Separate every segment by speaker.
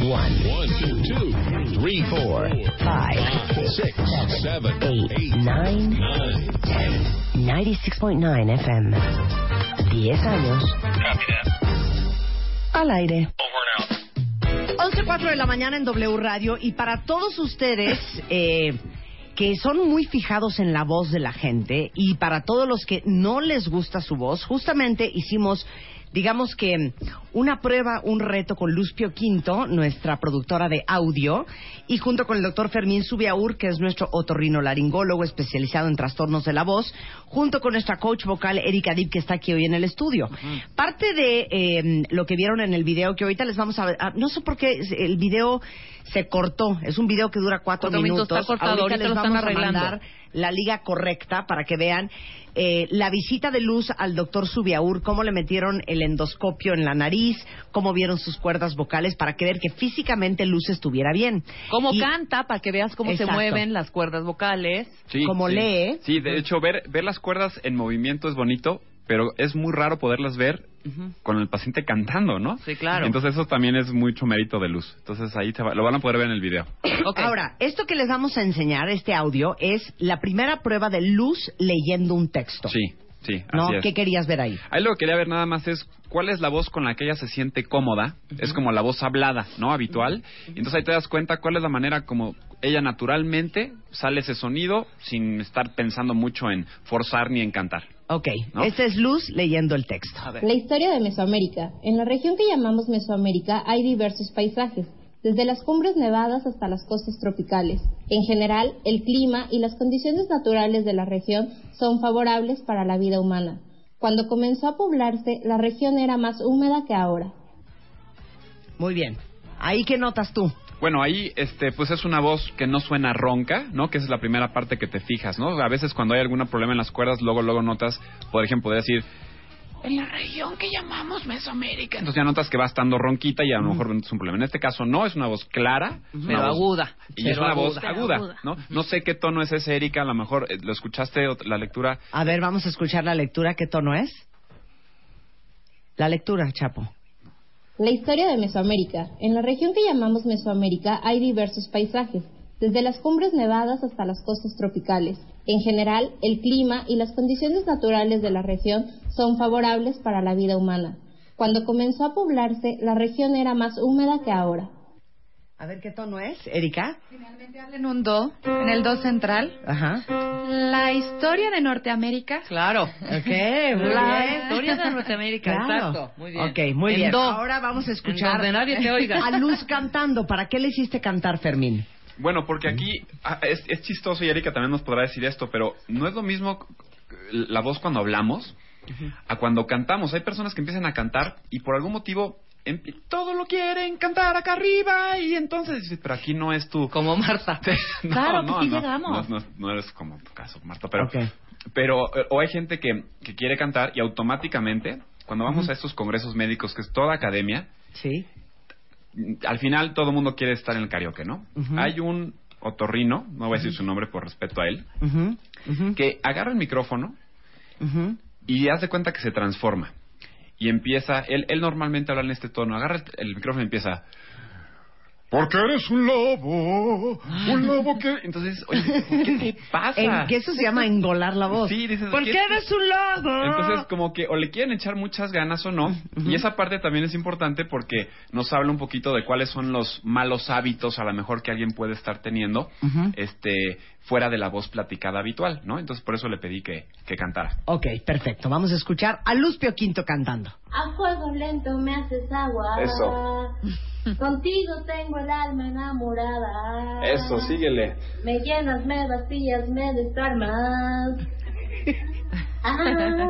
Speaker 1: One, two, two, three, four, five, six, seven, eight, nine, ten. 96.9 FM. 10 años. Al aire.
Speaker 2: 11.04 de la mañana en W Radio y para todos ustedes eh, que son muy fijados en la voz de la gente y para todos los que no les gusta su voz, justamente hicimos, digamos que, una prueba, un reto con Luz Pio Quinto, nuestra productora de audio, y junto con el doctor Fermín Subiaur, que es nuestro otorrinolaringólogo especializado en trastornos de la voz, junto con nuestra coach vocal Erika Dip, que está aquí hoy en el estudio. Parte de eh, lo que vieron en el video, que ahorita les vamos a, a- No sé por qué es- el video se cortó. Es un video que dura cuatro,
Speaker 3: Cuatro minutos,
Speaker 2: minutos.
Speaker 3: está cortado, ahorita
Speaker 2: les
Speaker 3: lo están
Speaker 2: vamos a
Speaker 3: arreglando.
Speaker 2: mandar la liga correcta para que vean eh, la visita de luz al doctor Subiaur, cómo le metieron el endoscopio en la nariz, cómo vieron sus cuerdas vocales para creer que físicamente luz estuviera bien.
Speaker 3: Cómo
Speaker 2: Y-
Speaker 3: canta para que veas cómo
Speaker 2: Exacto.
Speaker 3: se mueven las cuerdas vocales.
Speaker 4: Sí,
Speaker 2: Como
Speaker 4: sí.
Speaker 2: lee. Pues
Speaker 4: Sí, de hecho, ver, ver las cuerdas en movimiento es bonito, pero es muy raro poderlas ver con el paciente cantando, ¿no?
Speaker 3: Sí, claro.
Speaker 4: Entonces, eso también es mucho mérito de luz. Entonces, ahí se va- lo van a poder ver en el video.
Speaker 3: Ok.
Speaker 2: Ahora, esto que les vamos a enseñar, este audio, es la primera prueba de luz leyendo un texto.
Speaker 4: Sí, sí, así
Speaker 2: ¿No?
Speaker 4: es.
Speaker 2: ¿Qué querías ver ahí?
Speaker 4: Ahí lo que quería ver nada más es cuál es la voz con la que ella se siente cómoda. Es como la voz hablada, ¿no? Habitual. Y Entonces ahí te das cuenta cuál es la manera como ella naturalmente sale ese sonido sin estar pensando mucho en forzar ni en cantar.
Speaker 2: Ok,
Speaker 4: ¿No? Ah.
Speaker 2: esta es luz leyendo el texto.
Speaker 5: La historia de Mesoamérica. En la región que llamamos Mesoamérica hay diversos paisajes, desde las cumbres nevadas hasta las costas tropicales. En general, el clima y las condiciones naturales de la región son favorables para la vida humana. Cuando comenzó a poblarse, la región era más húmeda que ahora.
Speaker 2: Muy bien. Ahí qué notas tú.
Speaker 4: Bueno, ahí este, pues es una voz que no suena ronca, ¿no? Que esa es la primera parte que te fijas, ¿no? A veces cuando hay algún problema en las cuerdas, luego, luego notas, por ejemplo, de decir, en la región que llamamos Mesoamérica. Entonces ya notas que va estando ronquita y a lo mejor es un problema. En este caso no, es una voz clara. es una
Speaker 3: Pero
Speaker 4: voz-
Speaker 3: aguda.
Speaker 4: Y
Speaker 3: pero
Speaker 4: es una voz
Speaker 3: aguda.
Speaker 4: aguda, ¿no? No sé qué tono es ese, Erika, a lo mejor eh, lo escuchaste o t- la lectura.
Speaker 2: A ver, vamos a escuchar la lectura. ¿Qué tono es? La lectura, Chapo.
Speaker 5: La historia de Mesoamérica. En la región que llamamos Mesoamérica hay diversos paisajes, desde las cumbres nevadas hasta las costas tropicales. En general, el clima y las condiciones naturales de la región son favorables para la vida humana. Cuando comenzó a poblarse, la región era más húmeda que ahora.
Speaker 2: A ver, ¿qué tono es, Erika?
Speaker 6: Finalmente habla en un do, en el do central.
Speaker 2: Ajá.
Speaker 6: La historia de Norteamérica.
Speaker 3: Claro.
Speaker 2: Ok, muy
Speaker 3: la
Speaker 2: bien.
Speaker 3: historia de Norteamérica.
Speaker 2: Claro.
Speaker 3: Exacto. Muy bien.
Speaker 2: Ok, muy
Speaker 3: En
Speaker 2: bien.
Speaker 3: do.
Speaker 2: Ahora vamos a escuchar
Speaker 3: En donde nadie te oiga.
Speaker 2: a Luz cantando. ¿Para qué le hiciste cantar, Fermín?
Speaker 4: Bueno, porque aquí ah, es, es chistoso y Erika también nos podrá decir esto, pero no es lo mismo c- la voz cuando hablamos a cuando cantamos. Hay personas que empiezan a cantar y por algún motivo empie- todo lo quieren cantar acá arriba y entonces dices, pero aquí no es tu...
Speaker 3: Como Marta.
Speaker 4: No,
Speaker 3: claro,
Speaker 4: no,
Speaker 3: aquí
Speaker 4: no,
Speaker 3: llegamos.
Speaker 4: No, no, no eres como tu caso, Marta, pero...
Speaker 2: Ok.
Speaker 4: Pero, eh, o hay gente que, que quiere cantar y automáticamente, cuando vamos a estos congresos médicos, que es toda academia,
Speaker 2: Sí.
Speaker 4: al final todo el mundo quiere estar en el karaoke, ¿no?
Speaker 2: Ujú.
Speaker 4: Hay un otorrino, no voy a decir su nombre por respeto a él,
Speaker 2: Ujú, ujú,
Speaker 4: que agarra el micrófono
Speaker 2: ujú.
Speaker 4: y hace cuenta que se transforma. Y empieza, él, él normalmente habla en este tono, agarra el, el micrófono y empieza... Porque eres un lobo, un lobo que... Entonces, oye, ¿qué te pasa?
Speaker 2: En- que eso se llama engolar la voz.
Speaker 4: Sí, dices,
Speaker 2: ¿Por
Speaker 4: ¿qué-
Speaker 2: qué eres un lobo?
Speaker 4: Entonces, como que o le quieren echar muchas ganas o no. Y esa parte también es importante porque nos habla un poquito de cuáles son los malos hábitos, a lo mejor, que alguien puede estar teniendo
Speaker 2: Ujú.
Speaker 4: este, fuera de la voz platicada habitual, ¿no? Entonces, por eso le pedí que, que cantara.
Speaker 2: Ok, perfecto. Vamos a escuchar a Luz Pio Quinto cantando.
Speaker 5: A fuego lento me haces agua.
Speaker 4: Eso.
Speaker 5: Contigo tengo el alma enamorada.
Speaker 4: síguele.
Speaker 5: Me llenas, me vacías, me desarmas. Ah,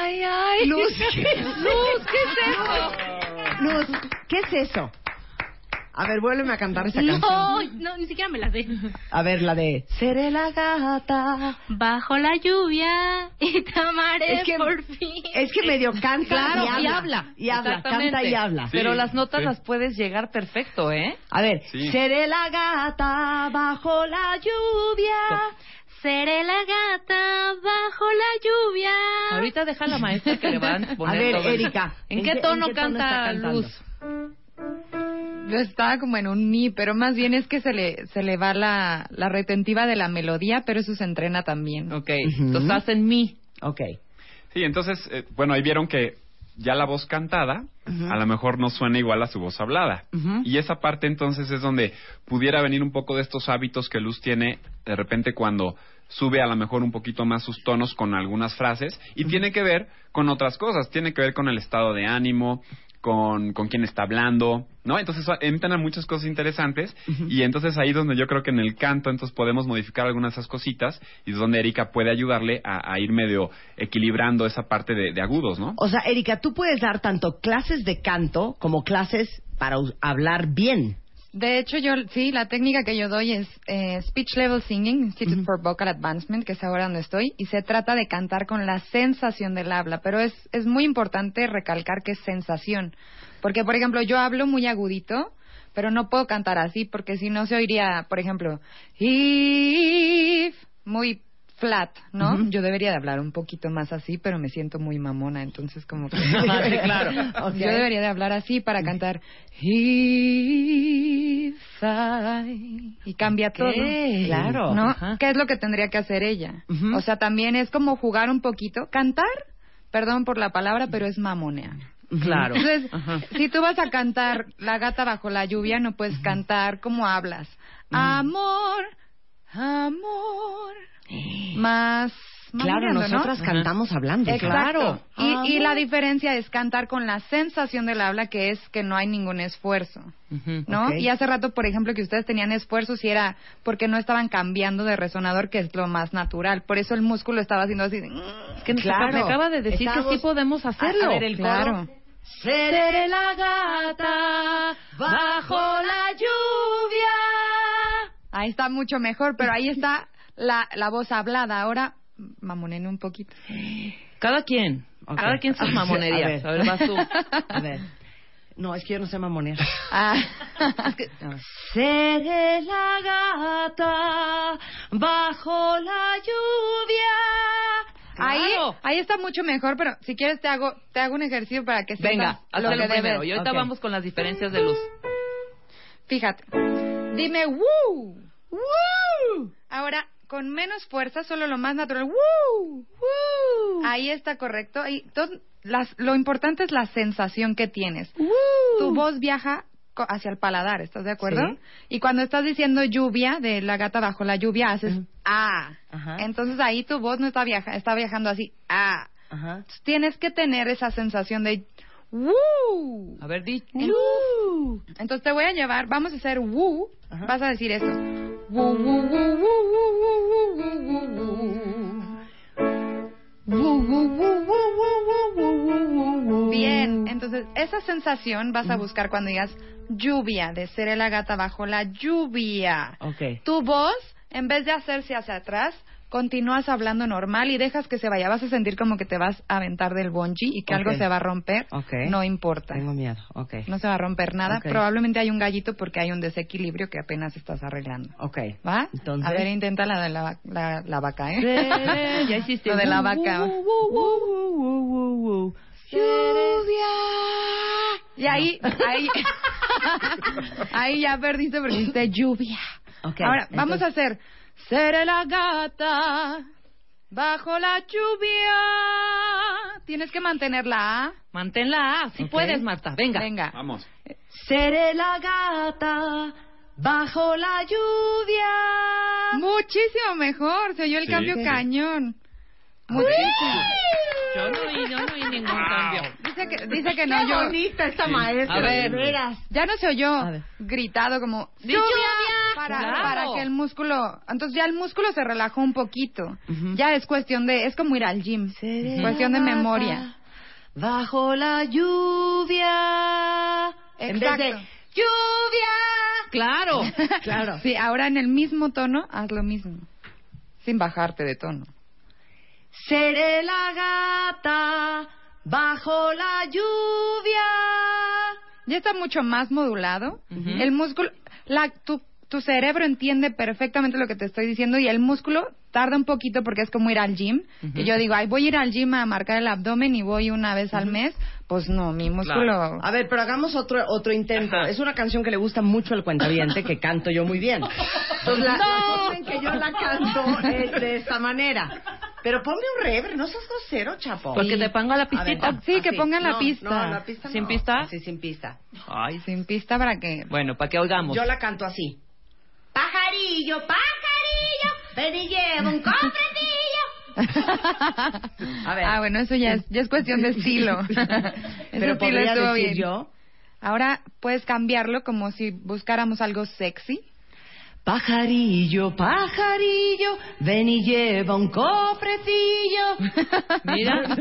Speaker 3: Ay, ay.
Speaker 2: Luz, ¿qué es
Speaker 3: Luz, ¿qué es eso?
Speaker 2: Luz, ¿qué es eso? A ver, vuélveme a cantar esa
Speaker 5: No,
Speaker 2: canción.
Speaker 5: no, ni siquiera me la sé.
Speaker 2: A ver, la de Seré la gata.
Speaker 5: Bajo la lluvia y te amaré
Speaker 2: Es que-
Speaker 5: por fin.
Speaker 2: Es que medio canta
Speaker 7: Claro,
Speaker 2: y habla.
Speaker 7: y habla.
Speaker 2: Y habla, canta y
Speaker 7: Exactamente.
Speaker 2: habla.
Speaker 4: Sí,
Speaker 7: Pero las notas
Speaker 4: sí.
Speaker 7: las puedes llegar perfecto, ¿eh?
Speaker 2: A ver,
Speaker 4: Sí.
Speaker 2: seré la gata bajo la lluvia.
Speaker 5: Seré la gata bajo la lluvia.
Speaker 7: Ahorita deja a la maestra que le van a poner
Speaker 2: ver,
Speaker 7: todo.
Speaker 2: Erika,
Speaker 7: ¿En,
Speaker 2: ¿en
Speaker 7: qué
Speaker 2: qué-
Speaker 7: tono
Speaker 2: en qué tono está
Speaker 7: canta
Speaker 2: cantando?
Speaker 7: Luz?
Speaker 3: Estaba como en un mi, pero más bien es que se le, se le va la, la retentiva de la melodía, pero eso se entrena también.
Speaker 7: Ok, entonces hacen mi.
Speaker 2: Ok.
Speaker 4: Sí, entonces, eh, bueno, ahí vieron que ya la voz cantada a lo mejor no suena igual a su voz hablada. Y esa parte entonces es donde pudiera venir un poco de estos hábitos que Luz tiene de repente cuando sube a lo mejor un poquito más sus tonos con algunas frases y tiene que ver con otras cosas, tiene que ver con el estado de ánimo, con, con quién está hablando, ¿no? Entonces eso entran a muchas cosas interesantes y entonces ahí donde yo creo que en el canto entonces podemos modificar algunas de esas cositas y es donde Erika puede ayudarle a, a ir medio equilibrando esa parte de, de agudos, ¿no?
Speaker 2: O sea, Erika, tú puedes dar tanto clases de canto como clases para us- hablar bien.
Speaker 3: De hecho, yo sí, la técnica que yo doy es eh, Speech Level Singing, Institute for Vocal Advancement, que es ahora donde estoy, y se trata de cantar con la sensación del habla, pero es, es muy importante recalcar que es sensación, porque, por ejemplo, yo hablo muy agudito, pero no puedo cantar así, porque si no se oiría, por ejemplo, if, muy flat, ¿no? Yo debería de hablar un poquito más así, pero me siento muy mamona, entonces como que...
Speaker 7: Sí, claro.
Speaker 2: Ok.
Speaker 3: Yo debería de hablar así para cantar If I- y cambia todo.
Speaker 2: claro.
Speaker 3: ¿No?
Speaker 7: Ajá.
Speaker 3: ¿Qué es lo que tendría que hacer ella?
Speaker 2: Ujú.
Speaker 3: O sea, también es como jugar un poquito, cantar, perdón por la palabra, pero es mamonear.
Speaker 2: Claro.
Speaker 3: Entonces,
Speaker 7: Ajá.
Speaker 3: si tú vas a cantar La gata bajo la lluvia, no puedes cantar como hablas.
Speaker 2: Mm.
Speaker 3: Amor, amor, más
Speaker 2: Eh. Claro,
Speaker 3: mamoneando, ¿no?
Speaker 2: nosotras cantamos hablando.
Speaker 3: Exacto.
Speaker 7: Ah,
Speaker 2: Claro.
Speaker 3: Y, y la diferencia es cantar con la sensación del habla, que es que no hay ningún esfuerzo,
Speaker 7: Ujú.
Speaker 3: ¿no?
Speaker 2: Ok.
Speaker 3: Y hace rato, por ejemplo, que ustedes tenían esfuerzos y era porque no estaban cambiando de resonador, que es lo más natural. Por eso el músculo estaba haciendo así.
Speaker 7: Es que
Speaker 2: Claro.
Speaker 7: me acaba de decir
Speaker 2: Estamos-
Speaker 7: que sí podemos hacerlo.
Speaker 2: A- a ver, el coro.
Speaker 3: Claro.
Speaker 2: Seré la gata bajo la lluvia.
Speaker 3: Ahí está mucho mejor, pero ahí está la, la voz hablada. Ahora mamonen un poquito.
Speaker 7: Cada quien.
Speaker 2: Ok.
Speaker 7: Cada quien sus mamonerías.
Speaker 2: A
Speaker 7: A
Speaker 2: ver.
Speaker 7: ver, vas tú.
Speaker 2: A ver. No, es que yo no sé mamonear.
Speaker 3: Ah.
Speaker 2: Seré la gata bajo la lluvia.
Speaker 3: Ahí,
Speaker 7: Claro.
Speaker 3: ahí está mucho mejor, pero si quieres te hago, te hago un ejercicio para que sepas
Speaker 7: Venga,
Speaker 3: lo
Speaker 7: hazlo
Speaker 3: que
Speaker 7: lo
Speaker 3: debes.
Speaker 7: primero. Y ahorita
Speaker 2: Ok.
Speaker 7: vamos con las diferencias de luz.
Speaker 3: Fíjate. Dime woo. Woo. Ahora, con menos fuerza, solo lo más natural. Woo. Woo. Ahí está correcto. Ahí, entonces, las- lo importante es la sensación que tienes. Tu voz viaja co- hacia el paladar, ¿estás de acuerdo?
Speaker 2: Sí.
Speaker 3: Y cuando estás diciendo lluvia, de la gata bajo la lluvia, haces ah.
Speaker 2: Ajá.
Speaker 3: Entonces ahí tu voz no está, viaja, está viajando así ah.
Speaker 2: Ajá.
Speaker 3: Entonces, tienes que tener esa sensación de woo.
Speaker 7: A ver, di.
Speaker 3: Entonces te voy a llevar, vamos a hacer woo,
Speaker 2: Ajá.
Speaker 3: vas a decir esto. Woo, woo, woo, woo, woo, woo, woo, woo, woo, woo. Woo, woo, woo, woo, woo, woo, woo, woo, woo. Bien, entonces esa sensación vas a buscar cuando digas lluvia, de ser la gata bajo la lluvia.
Speaker 2: Ok.
Speaker 3: Tu voz, en vez de hacerse hacia atrás, continúas hablando normal y dejas que se vaya. Vas a sentir como que te vas a aventar del bungee y que
Speaker 2: Ok.
Speaker 3: algo se va a romper.
Speaker 2: Ok.
Speaker 3: No importa.
Speaker 2: Tengo miedo. Ok.
Speaker 3: No se va a romper nada.
Speaker 2: Ok.
Speaker 3: Probablemente hay un gallito porque hay un desequilibrio que apenas estás arreglando.
Speaker 2: Ok.
Speaker 3: ¿Va?
Speaker 2: Entonces.
Speaker 3: A ver, intenta la de la, va- la, la vaca, ¿eh?
Speaker 7: Eh, ya hiciste.
Speaker 3: Lo de la vaca.
Speaker 2: Woo, woo, woo, woo, woo, woo.
Speaker 3: lluvia. Y ahí, ahí, ahí ya perdiste porque hiciste lluvia.
Speaker 2: Ok,
Speaker 3: Ahora, vamos
Speaker 2: entonces-
Speaker 3: a hacer. Seré la gata bajo la lluvia. Tienes que mantenerla. ¿ah?
Speaker 7: Mantén la A. Si
Speaker 2: Ok.
Speaker 7: puedes, Marta. Venga.
Speaker 3: Venga.
Speaker 4: Vamos.
Speaker 2: Seré la gata bajo la lluvia.
Speaker 3: Muchísimo mejor, se oyó el
Speaker 4: Sí.
Speaker 3: cambio
Speaker 4: Sí.
Speaker 3: cañón. Muchísimo.
Speaker 7: Yo no oí, yo no oí ningún cambio.
Speaker 3: Dice que, dice que no, yo.
Speaker 2: bonita esta maestra.
Speaker 7: A ver.
Speaker 2: de veras.
Speaker 3: Ya no se oyó
Speaker 2: A ver.
Speaker 3: gritado como.
Speaker 7: ¡Lluvia!
Speaker 3: Para para,
Speaker 7: Claro.
Speaker 3: para que el músculo, entonces ya el músculo se relajó un poquito.
Speaker 2: Ujú.
Speaker 3: Ya es cuestión de, es como ir al gym,
Speaker 2: Serenata.
Speaker 3: cuestión de memoria.
Speaker 2: Bajo la lluvia. En vez de
Speaker 3: Exacto.
Speaker 2: lluvia.
Speaker 7: Claro.
Speaker 2: Claro.
Speaker 3: Sí, ahora en el mismo tono haz lo mismo, sin bajarte de tono.
Speaker 2: Seré la gata bajo la lluvia.
Speaker 3: Ya está mucho más modulado. El músculo, la, tu, tu cerebro entiende perfectamente lo que te estoy diciendo y el músculo tarda un poquito porque es como ir al gym. Y yo digo, ay, voy a ir al gym a marcar el abdomen y voy una vez al mes. Pues no, mi músculo.
Speaker 2: A ver, pero hagamos otro otro intento. Es una canción que le gusta mucho al cuentaviente, que canto yo muy bien. Entonces, la, la forma en que yo la canto es de esta manera. Pero ponme un rever, no seas grosero, chapo.
Speaker 7: Porque te pongo la
Speaker 2: A ver, Ah,
Speaker 7: pistita.
Speaker 3: Sí, que pongan la
Speaker 2: no,
Speaker 3: pista.
Speaker 2: No, la pista
Speaker 7: ¿Sin
Speaker 2: no.
Speaker 7: pista?
Speaker 2: Sí, sin pista.
Speaker 7: Ay, sí.
Speaker 3: Sin pista para que.
Speaker 7: Bueno, para que oigamos.
Speaker 2: Yo la canto así. Pajarillo, pajarillo, ven y lleva un cofrecillo. A ver.
Speaker 3: Ah, bueno, eso ya es, ya es cuestión de estilo. Ese
Speaker 2: Pero
Speaker 3: estilo
Speaker 2: podría
Speaker 3: estuvo
Speaker 2: decir
Speaker 3: bien.
Speaker 2: yo.
Speaker 3: Ahora puedes cambiarlo como si buscáramos algo sexy.
Speaker 2: Pajarillo, pajarillo, ven y lleva un cofrecillo.
Speaker 7: Mira.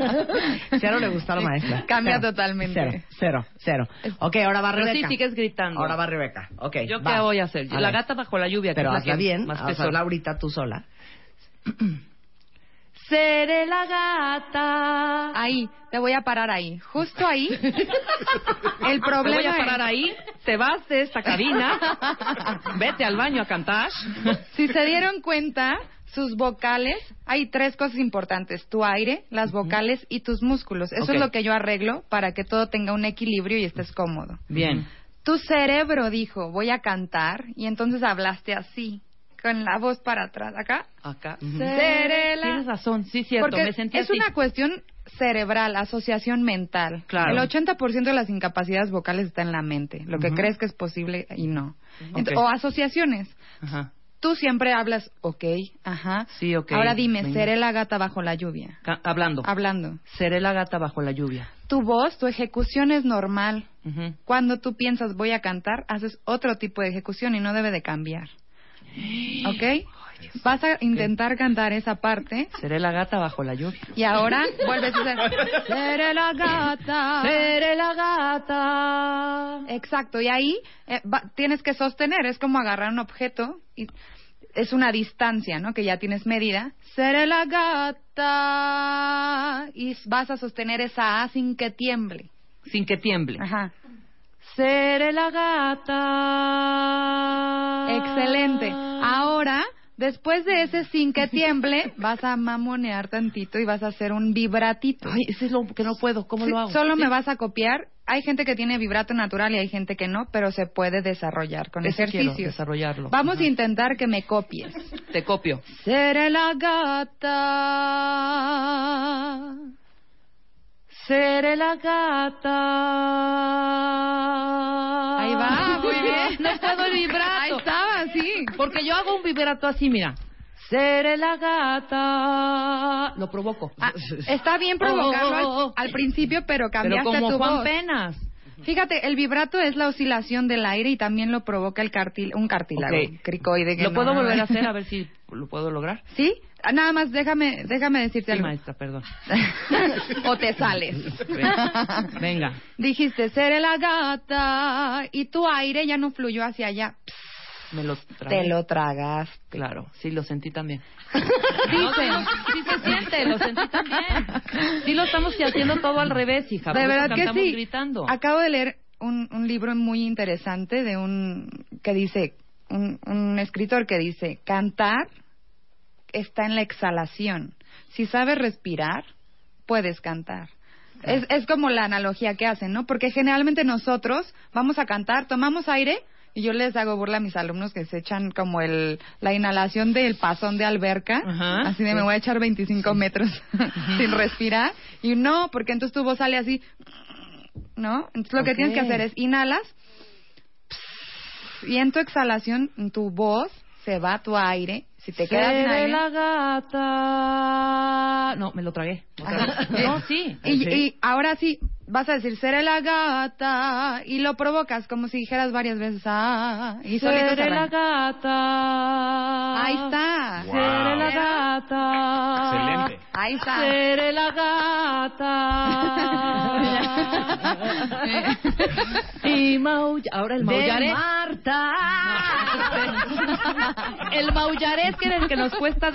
Speaker 2: Cero le gustó a la maestra.
Speaker 3: Cambia
Speaker 2: Cero,
Speaker 3: totalmente.
Speaker 2: Cero, cero, cero. Ok, ahora va
Speaker 7: Pero sí
Speaker 2: Rebeca.
Speaker 7: sigues gritando.
Speaker 2: Ahora va Rebeca. Ok.
Speaker 7: ¿Yo
Speaker 2: va.
Speaker 7: qué voy a hacer? la
Speaker 2: ver.
Speaker 7: gata bajo la lluvia. que
Speaker 2: Pero
Speaker 7: es la
Speaker 2: hazla
Speaker 7: que
Speaker 2: bien,
Speaker 7: Más
Speaker 2: hazla
Speaker 7: pesó.
Speaker 2: ahorita tú sola.
Speaker 7: Seré la gata.
Speaker 3: Ahí, te voy a parar ahí. Justo ahí. El
Speaker 7: Te
Speaker 3: problema
Speaker 7: voy a
Speaker 3: es-
Speaker 7: parar ahí, te vas de esta cabina, vete al baño a cantar.
Speaker 3: Si se dieron cuenta, sus vocales, hay tres cosas importantes, tu aire, las vocales y tus músculos. Eso
Speaker 7: Ok.
Speaker 3: es lo que yo arreglo para que todo tenga un equilibrio y estés cómodo.
Speaker 7: Bien.
Speaker 3: Tu cerebro dijo, voy a cantar, y entonces hablaste así, con la voz para atrás, acá.
Speaker 7: Acá.
Speaker 3: Seré la-
Speaker 7: Tienes razón, sí, cierto,
Speaker 3: Porque
Speaker 7: me sentí
Speaker 3: es
Speaker 7: así.
Speaker 3: una cuestión cerebral, asociación mental.
Speaker 7: Claro.
Speaker 3: El 80% de las incapacidades vocales está en la mente, lo que crees que es posible y no. Ent-
Speaker 7: Ok.
Speaker 3: O asociaciones.
Speaker 7: Ajá.
Speaker 3: Tú siempre hablas, ok, ajá.
Speaker 7: Sí, ok.
Speaker 3: Ahora dime,
Speaker 7: Venga.
Speaker 3: seré la gata bajo la lluvia.
Speaker 7: Ca- hablando.
Speaker 3: Hablando.
Speaker 7: Seré la gata bajo la lluvia.
Speaker 3: Tu voz, tu ejecución es normal.
Speaker 7: Ujú.
Speaker 3: Cuando tú piensas voy a cantar, haces otro tipo de ejecución y no debe de cambiar. ¿Ok? Vas a intentar cantar esa parte
Speaker 7: Seré la gata bajo la lluvia.
Speaker 3: y ahora vuelves a hacer. Seré la gata.
Speaker 7: Seré la gata.
Speaker 3: Exacto, y ahí eh, va- tienes que sostener, es como agarrar un objeto y es una distancia, ¿no? Que ya tienes medida. Seré la gata y s- vas a sostener esa A sin que tiemble.
Speaker 7: Sin que tiemble.
Speaker 3: Ajá.
Speaker 7: Seré la gata.
Speaker 3: Excelente.
Speaker 7: Ah.
Speaker 3: Ahora, después de ese sin que tiemble, vas a mamonear tantito y vas a hacer un vibratito.
Speaker 7: Ay, eso es lo que no puedo. ¿Cómo
Speaker 3: Sí,
Speaker 7: lo hago?
Speaker 3: Solo me vas a copiar. Hay gente que tiene vibrato natural y hay gente que no, pero se puede desarrollar con
Speaker 7: Eso quiero,
Speaker 3: ejercicios.
Speaker 7: desarrollarlo.
Speaker 3: Vamos
Speaker 7: Ajá.
Speaker 3: a intentar que me copies.
Speaker 7: Te copio.
Speaker 3: Seré la gata.
Speaker 7: Seré la gata.
Speaker 3: Ahí va, muy bien.
Speaker 7: Ah, No puedo el vibrato.
Speaker 3: Ahí estaba, sí.
Speaker 7: Porque yo hago un vibrato así, mira. Seré la gata. Lo provoco.
Speaker 3: Ah, está bien provocarlo al-
Speaker 7: Oh, oh, oh.
Speaker 3: Al, principio, pero
Speaker 7: Pero
Speaker 3: cambiaste
Speaker 7: como
Speaker 3: tu
Speaker 7: Juan
Speaker 3: voz.
Speaker 7: Penas.
Speaker 3: Fíjate, el vibrato es la oscilación del aire y también lo provoca el cartil, un cartílago,
Speaker 7: Ok.
Speaker 3: cricoide. que
Speaker 7: Lo
Speaker 3: no-
Speaker 7: puedo volver a hacer a ver si lo puedo lograr.
Speaker 3: ¿Sí? Ah, Nada más déjame, déjame decirte
Speaker 7: Sí,
Speaker 3: algo.
Speaker 7: maestra, perdón.
Speaker 3: o te sales.
Speaker 7: Venga. Venga.
Speaker 3: Dijiste, seré la gata y tu aire ya no fluyó hacia allá.
Speaker 7: Me lo tragué.
Speaker 3: Te lo tragas.
Speaker 7: Claro, sí, lo sentí también.
Speaker 3: Dicen.
Speaker 7: No, sí se siente, lo sentí también. Sí, lo estamos haciendo todo al revés, hija. por
Speaker 3: de
Speaker 7: eso
Speaker 3: verdad que
Speaker 7: cantamos
Speaker 3: sí.
Speaker 7: gritando.
Speaker 3: Acabo de leer un, un libro muy interesante de un que dice un, un escritor que dice cantar está en la exhalación. Si sabes respirar, puedes cantar.
Speaker 7: Ah.
Speaker 3: Es, es como la analogía que hacen, ¿no? Porque generalmente nosotros vamos a cantar, tomamos aire y yo les hago burla a mis alumnos que se echan como el la inhalación del pasón de alberca,
Speaker 7: Ajá,
Speaker 3: así de
Speaker 7: sí.
Speaker 3: me voy a echar 25 metros sin respirar y no, porque entonces tu voz sale así, ¿no? Entonces lo que
Speaker 7: Ok.
Speaker 3: tienes que hacer es inhalas y en tu exhalación tu voz se va a tu aire, si te quedas sin
Speaker 7: Seré
Speaker 3: aire,
Speaker 7: la gata. No, me lo tragué.
Speaker 3: Ajá.
Speaker 7: No, sí.
Speaker 3: Y, y ahora sí, vas a decir seré la gata y lo provocas como si dijeras varias veces ah y solito se
Speaker 7: Seré la
Speaker 3: arranca.
Speaker 7: gata.
Speaker 3: Ahí está.
Speaker 4: Guau.
Speaker 7: Seré la gata.
Speaker 4: Excelente.
Speaker 3: Ahí está.
Speaker 7: Seré la gata. y maulla. Ahora el
Speaker 2: De
Speaker 7: maullaré.
Speaker 2: Marta.
Speaker 7: El maullaré es que el que nos cuesta,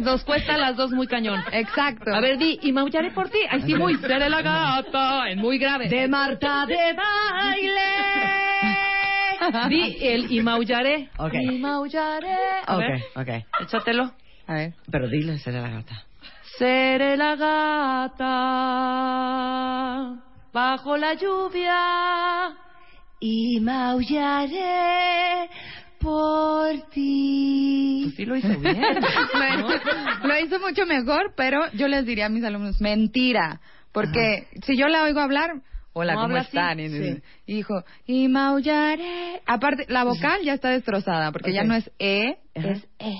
Speaker 7: nos cuesta las dos muy cañón.
Speaker 3: Exacto.
Speaker 7: A ver, di, y maullaré por ti. Ay, sí, muy. Seré la gata. En muy grave.
Speaker 2: De Marta de baile.
Speaker 7: Di el y maullaré.
Speaker 2: Ok.
Speaker 7: Y maullaré. A
Speaker 2: Ok,
Speaker 7: ver,
Speaker 2: ok.
Speaker 7: échatelo.
Speaker 3: A ver.
Speaker 2: Pero dile, será la gata.
Speaker 7: Seré la gata bajo la lluvia y maullaré por ti. Pues sí lo hizo bien.
Speaker 3: Bueno, lo hizo mucho mejor, pero yo les diría a mis alumnos, mentira, porque si yo la oigo hablar, hola,
Speaker 7: No
Speaker 3: ¿cómo
Speaker 7: habla así,
Speaker 3: están? Y-
Speaker 7: sí.
Speaker 3: y Dijo, y maullaré. Aparte, la vocal ya está destrozada, porque ya
Speaker 2: Ok.
Speaker 3: no es E,
Speaker 2: Ajá.
Speaker 3: es E.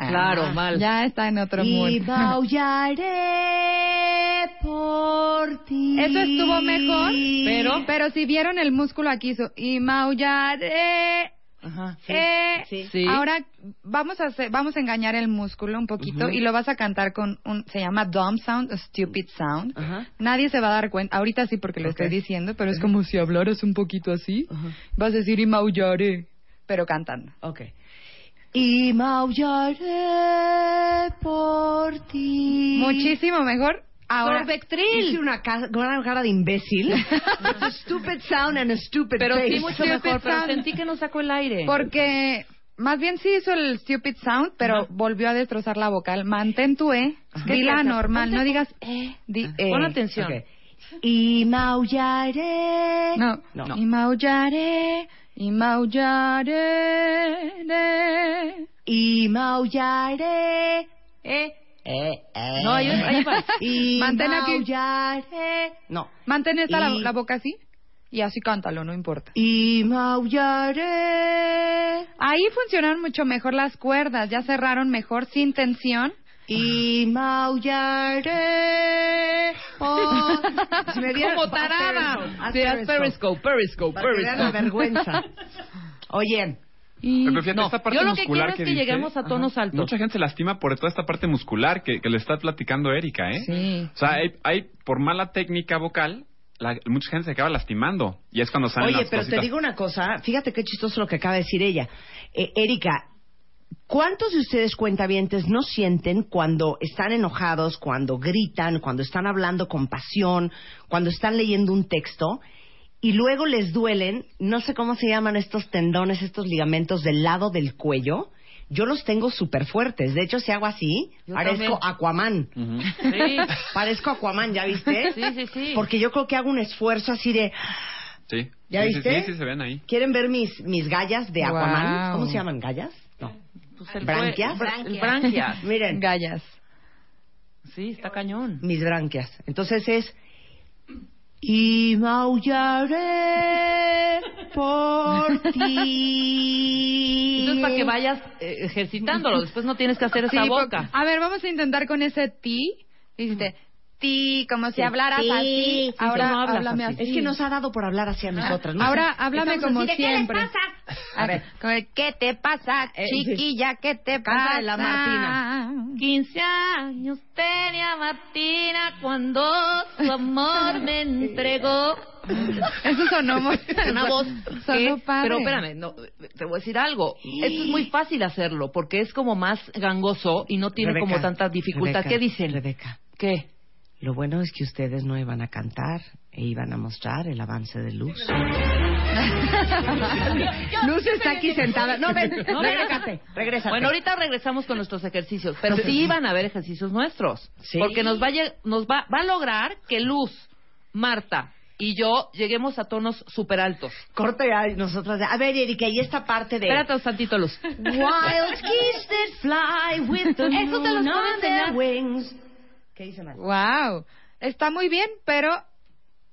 Speaker 3: Ah,
Speaker 7: Claro, mal.
Speaker 3: Ya está en otro mundo.
Speaker 2: Y maullaré por ti.
Speaker 3: Eso estuvo mejor, pero pero si vieron el músculo aquí, hizo, y maullaré.
Speaker 2: Ajá.
Speaker 3: Eh,
Speaker 7: Sí.
Speaker 3: Ahora vamos a hacer- vamos a engañar el músculo un poquito
Speaker 2: Ujú.
Speaker 3: y lo vas a cantar con un se llama dumb sound, o stupid sound.
Speaker 2: Ajá.
Speaker 3: Nadie se va a dar cuenta. Ahorita sí porque lo
Speaker 2: Ok.
Speaker 3: estoy diciendo, pero es como si hablaras un poquito así.
Speaker 2: Ajá.
Speaker 3: Vas a decir y maullaré, pero cantando.
Speaker 2: Ok. Y maullaré por ti.
Speaker 3: Muchísimo mejor. Ahora
Speaker 2: Hice una ca- una cara de imbécil. With a stupid sound and a stupid
Speaker 7: Pero
Speaker 2: face.
Speaker 7: sí mucho
Speaker 3: Yo
Speaker 7: mejor, pero
Speaker 3: pensaba-
Speaker 7: sentí que no sacó el aire.
Speaker 3: porque más bien sí hizo el stupid sound, pero volvió a destrozar la vocal. Mantén tu e,
Speaker 2: Ah.
Speaker 3: dila normal, no digas
Speaker 2: eh.
Speaker 3: e, di e.
Speaker 7: Pon atención.
Speaker 2: Ok. Y maullaré.
Speaker 3: No,
Speaker 2: No.
Speaker 3: Y maullaré, y maullaré. de-
Speaker 2: Y maullaré. eh.
Speaker 3: Eh,
Speaker 7: No, ahí, ahí va.
Speaker 2: Y
Speaker 3: Mantén aquí.
Speaker 2: maullaré. No.
Speaker 3: mantén esta la,
Speaker 2: Y-
Speaker 3: la boca así y así cántalo, no importa. Eh.
Speaker 2: Y maullaré.
Speaker 3: Ahí funcionaron mucho mejor las cuerdas, ya cerraron mejor sin tensión.
Speaker 2: Y maullaré. Oh, si me vieran-
Speaker 7: Como tarada.
Speaker 2: Haz
Speaker 7: Sí, haz Periscope, Periscope,
Speaker 2: Para que vean la
Speaker 7: Periscope.
Speaker 2: vergüenza. Oye,
Speaker 4: Pero fíjate, esta parte
Speaker 7: yo lo que
Speaker 4: muscular
Speaker 7: quiero es que
Speaker 4: dice,
Speaker 7: lleguemos a tonos altos.
Speaker 4: Mucha gente se lastima por toda esta parte muscular que, que le está platicando Erika, ¿eh?
Speaker 3: Sí.
Speaker 4: O sea, hay, hay- por mala técnica vocal, la- mucha gente se acaba lastimando. Y es cuando salen
Speaker 2: oye,
Speaker 4: las
Speaker 2: pero te
Speaker 4: cositas.
Speaker 2: digo una cosa. Fíjate qué chistoso lo que acaba de decir ella. Eh, Erika, ¿cuántos de ustedes cuentavientes no sienten cuando están enojados, cuando gritan, cuando están hablando con pasión, cuando están leyendo un texto? Y luego les duelen, no sé cómo se llaman estos tendones, estos ligamentos del lado del cuello. Yo los tengo súper fuertes. De hecho, si hago así,
Speaker 7: Yo
Speaker 2: parezco
Speaker 7: también.
Speaker 2: Aquaman.
Speaker 4: Ujú.
Speaker 7: Sí,
Speaker 2: Parezco Aquaman, ¿ya viste?
Speaker 7: sí, sí. sí.
Speaker 2: Porque yo creo que hago un esfuerzo así de...
Speaker 4: Sí.
Speaker 2: ¿Ya
Speaker 4: Sí, sí,
Speaker 2: viste?
Speaker 4: Sí, sí, se ven ahí.
Speaker 2: ¿Quieren ver mis, mis gallas de Aquaman?
Speaker 3: Wow.
Speaker 2: ¿Cómo se llaman? ¿Gallas? No.
Speaker 7: Pues el-
Speaker 2: ¿Branquias?
Speaker 7: bra- el branquias.
Speaker 2: Miren,
Speaker 3: Gallas.
Speaker 7: Sí, está cañón.
Speaker 2: mis branquias. Entonces es... Y maullaré por ti.
Speaker 7: Entonces, para que vayas eh, ejercitándolo, después no tienes que hacer esa
Speaker 3: Sí,
Speaker 7: boca.
Speaker 3: por- A ver, vamos a intentar con ese ti. Dijiste ti, como si hablaras
Speaker 2: Sí,
Speaker 3: así.
Speaker 2: sí,
Speaker 3: Ahora
Speaker 7: sí, no hablas
Speaker 3: háblame así. Ah,
Speaker 2: Es que nos ha dado por hablar hacia nosotras. ¿no?
Speaker 3: Ahora háblame
Speaker 2: Estamos
Speaker 3: como
Speaker 2: así de,
Speaker 3: siempre.
Speaker 2: ¿Qué les pasa?
Speaker 3: A ver, como de, ¿qué te pasa,
Speaker 2: Eh,
Speaker 3: chiquilla? ¿Qué te pasa?
Speaker 2: Cántale la Martina.
Speaker 7: 15 años tenía Martina cuando su amor me entregó.
Speaker 3: Eso sonó muy...
Speaker 7: Una voz
Speaker 3: Sonó
Speaker 7: que-
Speaker 3: padre.
Speaker 7: pero espérame, no, te voy a decir algo. Esto es muy fácil hacerlo porque es como más gangoso y no tiene como
Speaker 2: Rebeca,
Speaker 7: tanta dificultad.
Speaker 2: Rebeca,
Speaker 7: ¿Qué dicen?
Speaker 2: Rebeca,
Speaker 7: ¿Qué?
Speaker 2: lo bueno es que ustedes no iban a cantar e iban a mostrar el avance de luz. Luz está aquí sentada. No, ven,
Speaker 7: No,
Speaker 2: regrésate, regrésate.
Speaker 7: Bueno, ahorita regresamos con nuestros ejercicios, pero sí van a haber ejercicios nuestros,
Speaker 2: Sí.
Speaker 7: porque nos va a, lle- nos va, va a lograr que Luz, Marta y yo lleguemos a tonos super altos.
Speaker 2: Corta ya nosotras. de- A ver, Erika, y esta parte de...
Speaker 7: Espérate un tantito, Luz.
Speaker 2: Wild kiss that fly with the
Speaker 3: Eso te los
Speaker 2: moon
Speaker 3: puedo
Speaker 2: on their
Speaker 3: enseñar.
Speaker 2: wings. ¿Qué dice Mar?
Speaker 3: Wow, está muy bien, pero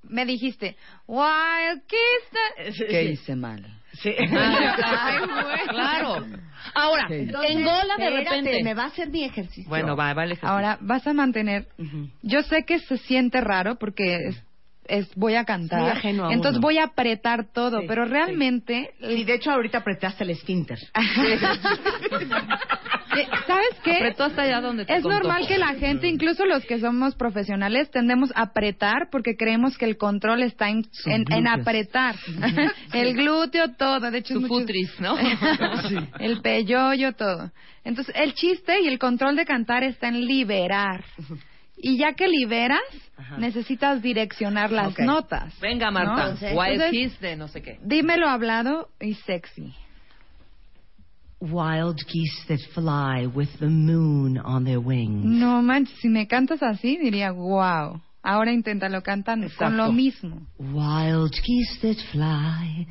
Speaker 3: me dijiste, wild kiss. the-"
Speaker 2: ¿Qué
Speaker 3: hice mal?
Speaker 2: Sí. Ah,
Speaker 3: Ay, güey.
Speaker 7: Claro. Ahora, en Gola de
Speaker 2: Espérate,
Speaker 7: repente.
Speaker 2: me va a hacer mi ejercicio.
Speaker 7: Bueno, va, vale.
Speaker 3: Ahora vas a mantener.
Speaker 2: Ujú.
Speaker 3: Yo sé que se siente raro porque es- es voy a cantar.
Speaker 2: Muy ajeno a
Speaker 3: entonces
Speaker 2: uno.
Speaker 3: voy a apretar todo,
Speaker 2: Sí,
Speaker 3: pero
Speaker 2: sí.
Speaker 3: realmente
Speaker 2: Y de hecho ahorita apretaste el esfínter.
Speaker 3: Eh, ¿Sabes qué?
Speaker 7: Apretó hasta allá donde te
Speaker 3: Es
Speaker 7: contó.
Speaker 3: normal que la gente, incluso los que somos profesionales, tendemos a apretar porque creemos que el control está en,
Speaker 2: Sus
Speaker 3: en, en
Speaker 2: glúteos.
Speaker 3: apretar. el glúteo, todo. De hecho,
Speaker 7: Tu
Speaker 3: es mucho-
Speaker 7: futris, ¿no?
Speaker 3: el peyoyo, todo. Entonces, el chiste y el control de cantar está en liberar. Y ya que liberas,
Speaker 2: Ajá.
Speaker 3: necesitas direccionar las
Speaker 2: Ok.
Speaker 3: notas.
Speaker 7: Venga,
Speaker 3: ¿no?
Speaker 7: Marta. Wild
Speaker 3: Entonces,
Speaker 7: Kiss de no sé qué.
Speaker 3: Dímelo hablado y sexy.
Speaker 2: Wild geese that fly with the moon on their wings.
Speaker 3: No manches, si me cantas así, diría, wow. Ahora inténtalo cantando
Speaker 2: Exacto.
Speaker 3: con lo mismo.
Speaker 2: Wild geese that fly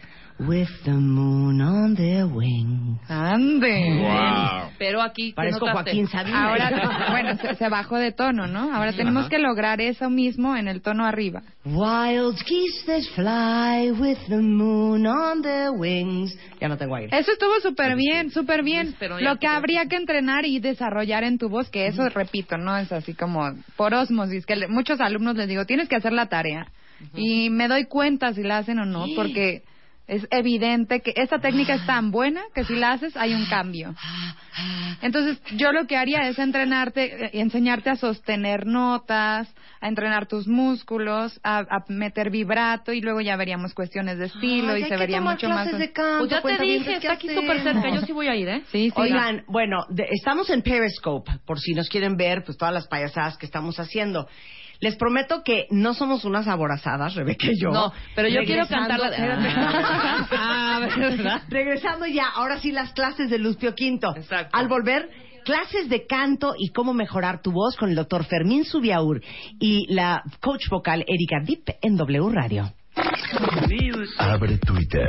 Speaker 2: with the moon on their wings.
Speaker 3: Ande.
Speaker 4: Wow.
Speaker 7: Pero aquí. ¿qué
Speaker 2: Parezco
Speaker 7: notaste?
Speaker 2: Joaquín Sabina.
Speaker 3: Ahora, bueno, se, se bajó de tono, ¿no? Ahora tenemos que lograr eso mismo en el tono arriba.
Speaker 2: Wild geese that fly with the moon on their wings. Ya no tengo aire.
Speaker 3: Eso estuvo súper bien, súper bien.
Speaker 7: Pero ya
Speaker 3: Lo que
Speaker 7: te-
Speaker 3: habría que entrenar y desarrollar en tu voz, que eso, repito, no es así como por osmosis, que le- muchos alumnos les digo, tienes que hacer la tarea. Y me doy cuenta si la hacen o no, porque es evidente que esta técnica es tan buena que si la haces hay un cambio. Entonces, yo lo que haría es entrenarte eh, y enseñarte a sostener notas, a entrenar tus músculos, a, a meter vibrato y luego ya veríamos cuestiones de estilo
Speaker 2: Ay,
Speaker 3: y
Speaker 2: hay
Speaker 3: se
Speaker 2: que
Speaker 3: vería
Speaker 2: tomar
Speaker 3: mucho más.
Speaker 2: clases de canto,
Speaker 7: Pues ya te
Speaker 2: cuentavientes,
Speaker 7: dije,
Speaker 2: ¿qué
Speaker 7: está aquí
Speaker 2: hacemos?
Speaker 7: súper cerca. Yo sí voy a ir, ¿eh?
Speaker 3: Sí, sí.
Speaker 2: Oigan, bueno, de- estamos en Periscope, por si nos quieren ver, pues todas las payasadas que estamos haciendo. Les prometo que no somos unas aborazadas, Rebeca y yo.
Speaker 7: No, pero yo quiero
Speaker 2: Regresando-
Speaker 7: cantar la
Speaker 2: Espérate.
Speaker 7: Ah, ¿verdad?
Speaker 2: Regresando ya, ahora sí las clases de Lucio Quinto.
Speaker 7: Exacto.
Speaker 2: Al volver, clases de canto y cómo mejorar tu voz con el doctor Fermín Subiaur y la coach vocal Erika Dip en W Radio.
Speaker 1: Abre Twitter.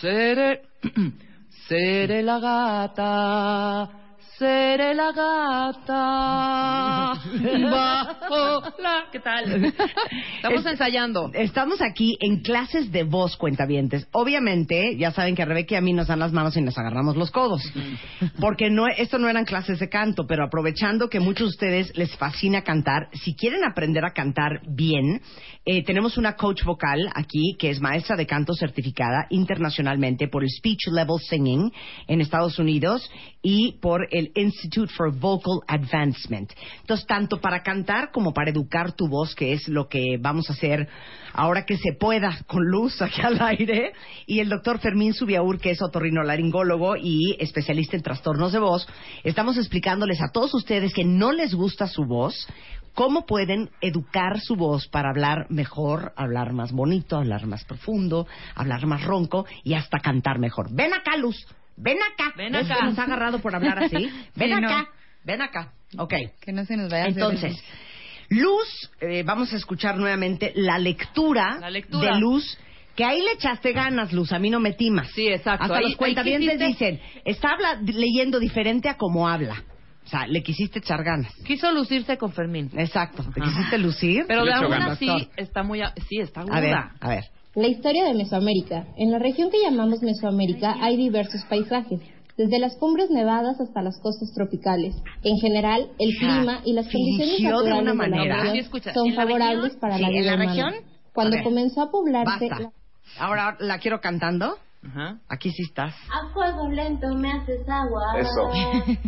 Speaker 7: seré, seré la gata, seré la gata, bajo la... ¿Qué tal? Estamos
Speaker 2: Es-
Speaker 7: ensayando.
Speaker 2: Estamos aquí en clases de voz, cuentavientes. Obviamente, ya saben que a Rebeca y a mí nos dan las manos y nos agarramos los codos.
Speaker 7: Mm.
Speaker 2: Porque no, esto no eran clases de canto, pero aprovechando que muchos de ustedes les fascina cantar, si quieren aprender a cantar bien, eh, tenemos una coach vocal aquí que es maestra de canto certificada internacionalmente por el Speech Level Singing en Estados Unidos y por el Institute for Vocal Advancement. Entonces, tanto para cantar como para educar tu voz, que es lo que vamos a hacer ahora que se pueda, con luz aquí al aire. Y el doctor Fermín Subiaur, que es otorrinolaringólogo y especialista en trastornos de voz, estamos explicándoles a todos ustedes que no les gusta su voz, cómo pueden educar su voz para hablar mejor, hablar más bonito, hablar más profundo, hablar más ronco y hasta cantar mejor. Ven acá, Luz. Ven acá.
Speaker 7: Ven
Speaker 2: ¿Ves
Speaker 7: acá.
Speaker 2: que nos ha agarrado por hablar así. Ven
Speaker 3: Sí, no.
Speaker 2: acá. Ven acá. Ok.
Speaker 3: Que no se nos vaya a hacer
Speaker 2: Entonces,
Speaker 3: eso.
Speaker 2: Luz, eh, vamos a escuchar nuevamente la lectura,
Speaker 7: La lectura.
Speaker 2: de Luz. Que ahí le echaste ganas, Luz, a mí no me timas.
Speaker 7: Sí, exacto.
Speaker 2: Hasta
Speaker 7: Ahí-
Speaker 2: los
Speaker 7: ahí
Speaker 2: cuentavientes
Speaker 7: quisiste-
Speaker 2: dicen, está habla- leyendo diferente a como habla. O sea, le quisiste echar ganas.
Speaker 7: Quiso lucirse con Fermín.
Speaker 2: Exacto, te
Speaker 7: Ajá.
Speaker 2: quisiste lucir.
Speaker 7: Pero
Speaker 4: Le
Speaker 7: de
Speaker 4: echo
Speaker 7: aún
Speaker 4: ganas.
Speaker 7: así está muy... a- Sí, está
Speaker 2: A ver,
Speaker 7: aguda.
Speaker 2: a ver.
Speaker 8: La historia de Mesoamérica. En la región que llamamos Mesoamérica hay diversos paisajes, desde las cumbres nevadas hasta las costas tropicales. En general, el
Speaker 2: Ya,
Speaker 8: clima y las condiciones
Speaker 2: fingió de
Speaker 8: naturales
Speaker 2: una
Speaker 8: de,
Speaker 2: manera.
Speaker 8: la
Speaker 7: Sí,
Speaker 8: región
Speaker 7: escucha,
Speaker 8: son
Speaker 7: ¿en la
Speaker 8: favorables
Speaker 7: región?
Speaker 8: para
Speaker 2: Sí,
Speaker 8: la
Speaker 2: ¿en
Speaker 8: vida
Speaker 2: la
Speaker 8: humana.
Speaker 2: región?
Speaker 8: Cuando
Speaker 2: Ok.
Speaker 8: comenzó a poblarse...
Speaker 2: Basta.
Speaker 8: la-
Speaker 2: Ahora la quiero cantando.
Speaker 7: Ajá.
Speaker 2: Aquí sí estás.
Speaker 5: A fuego lento me haces agua.
Speaker 9: Eso.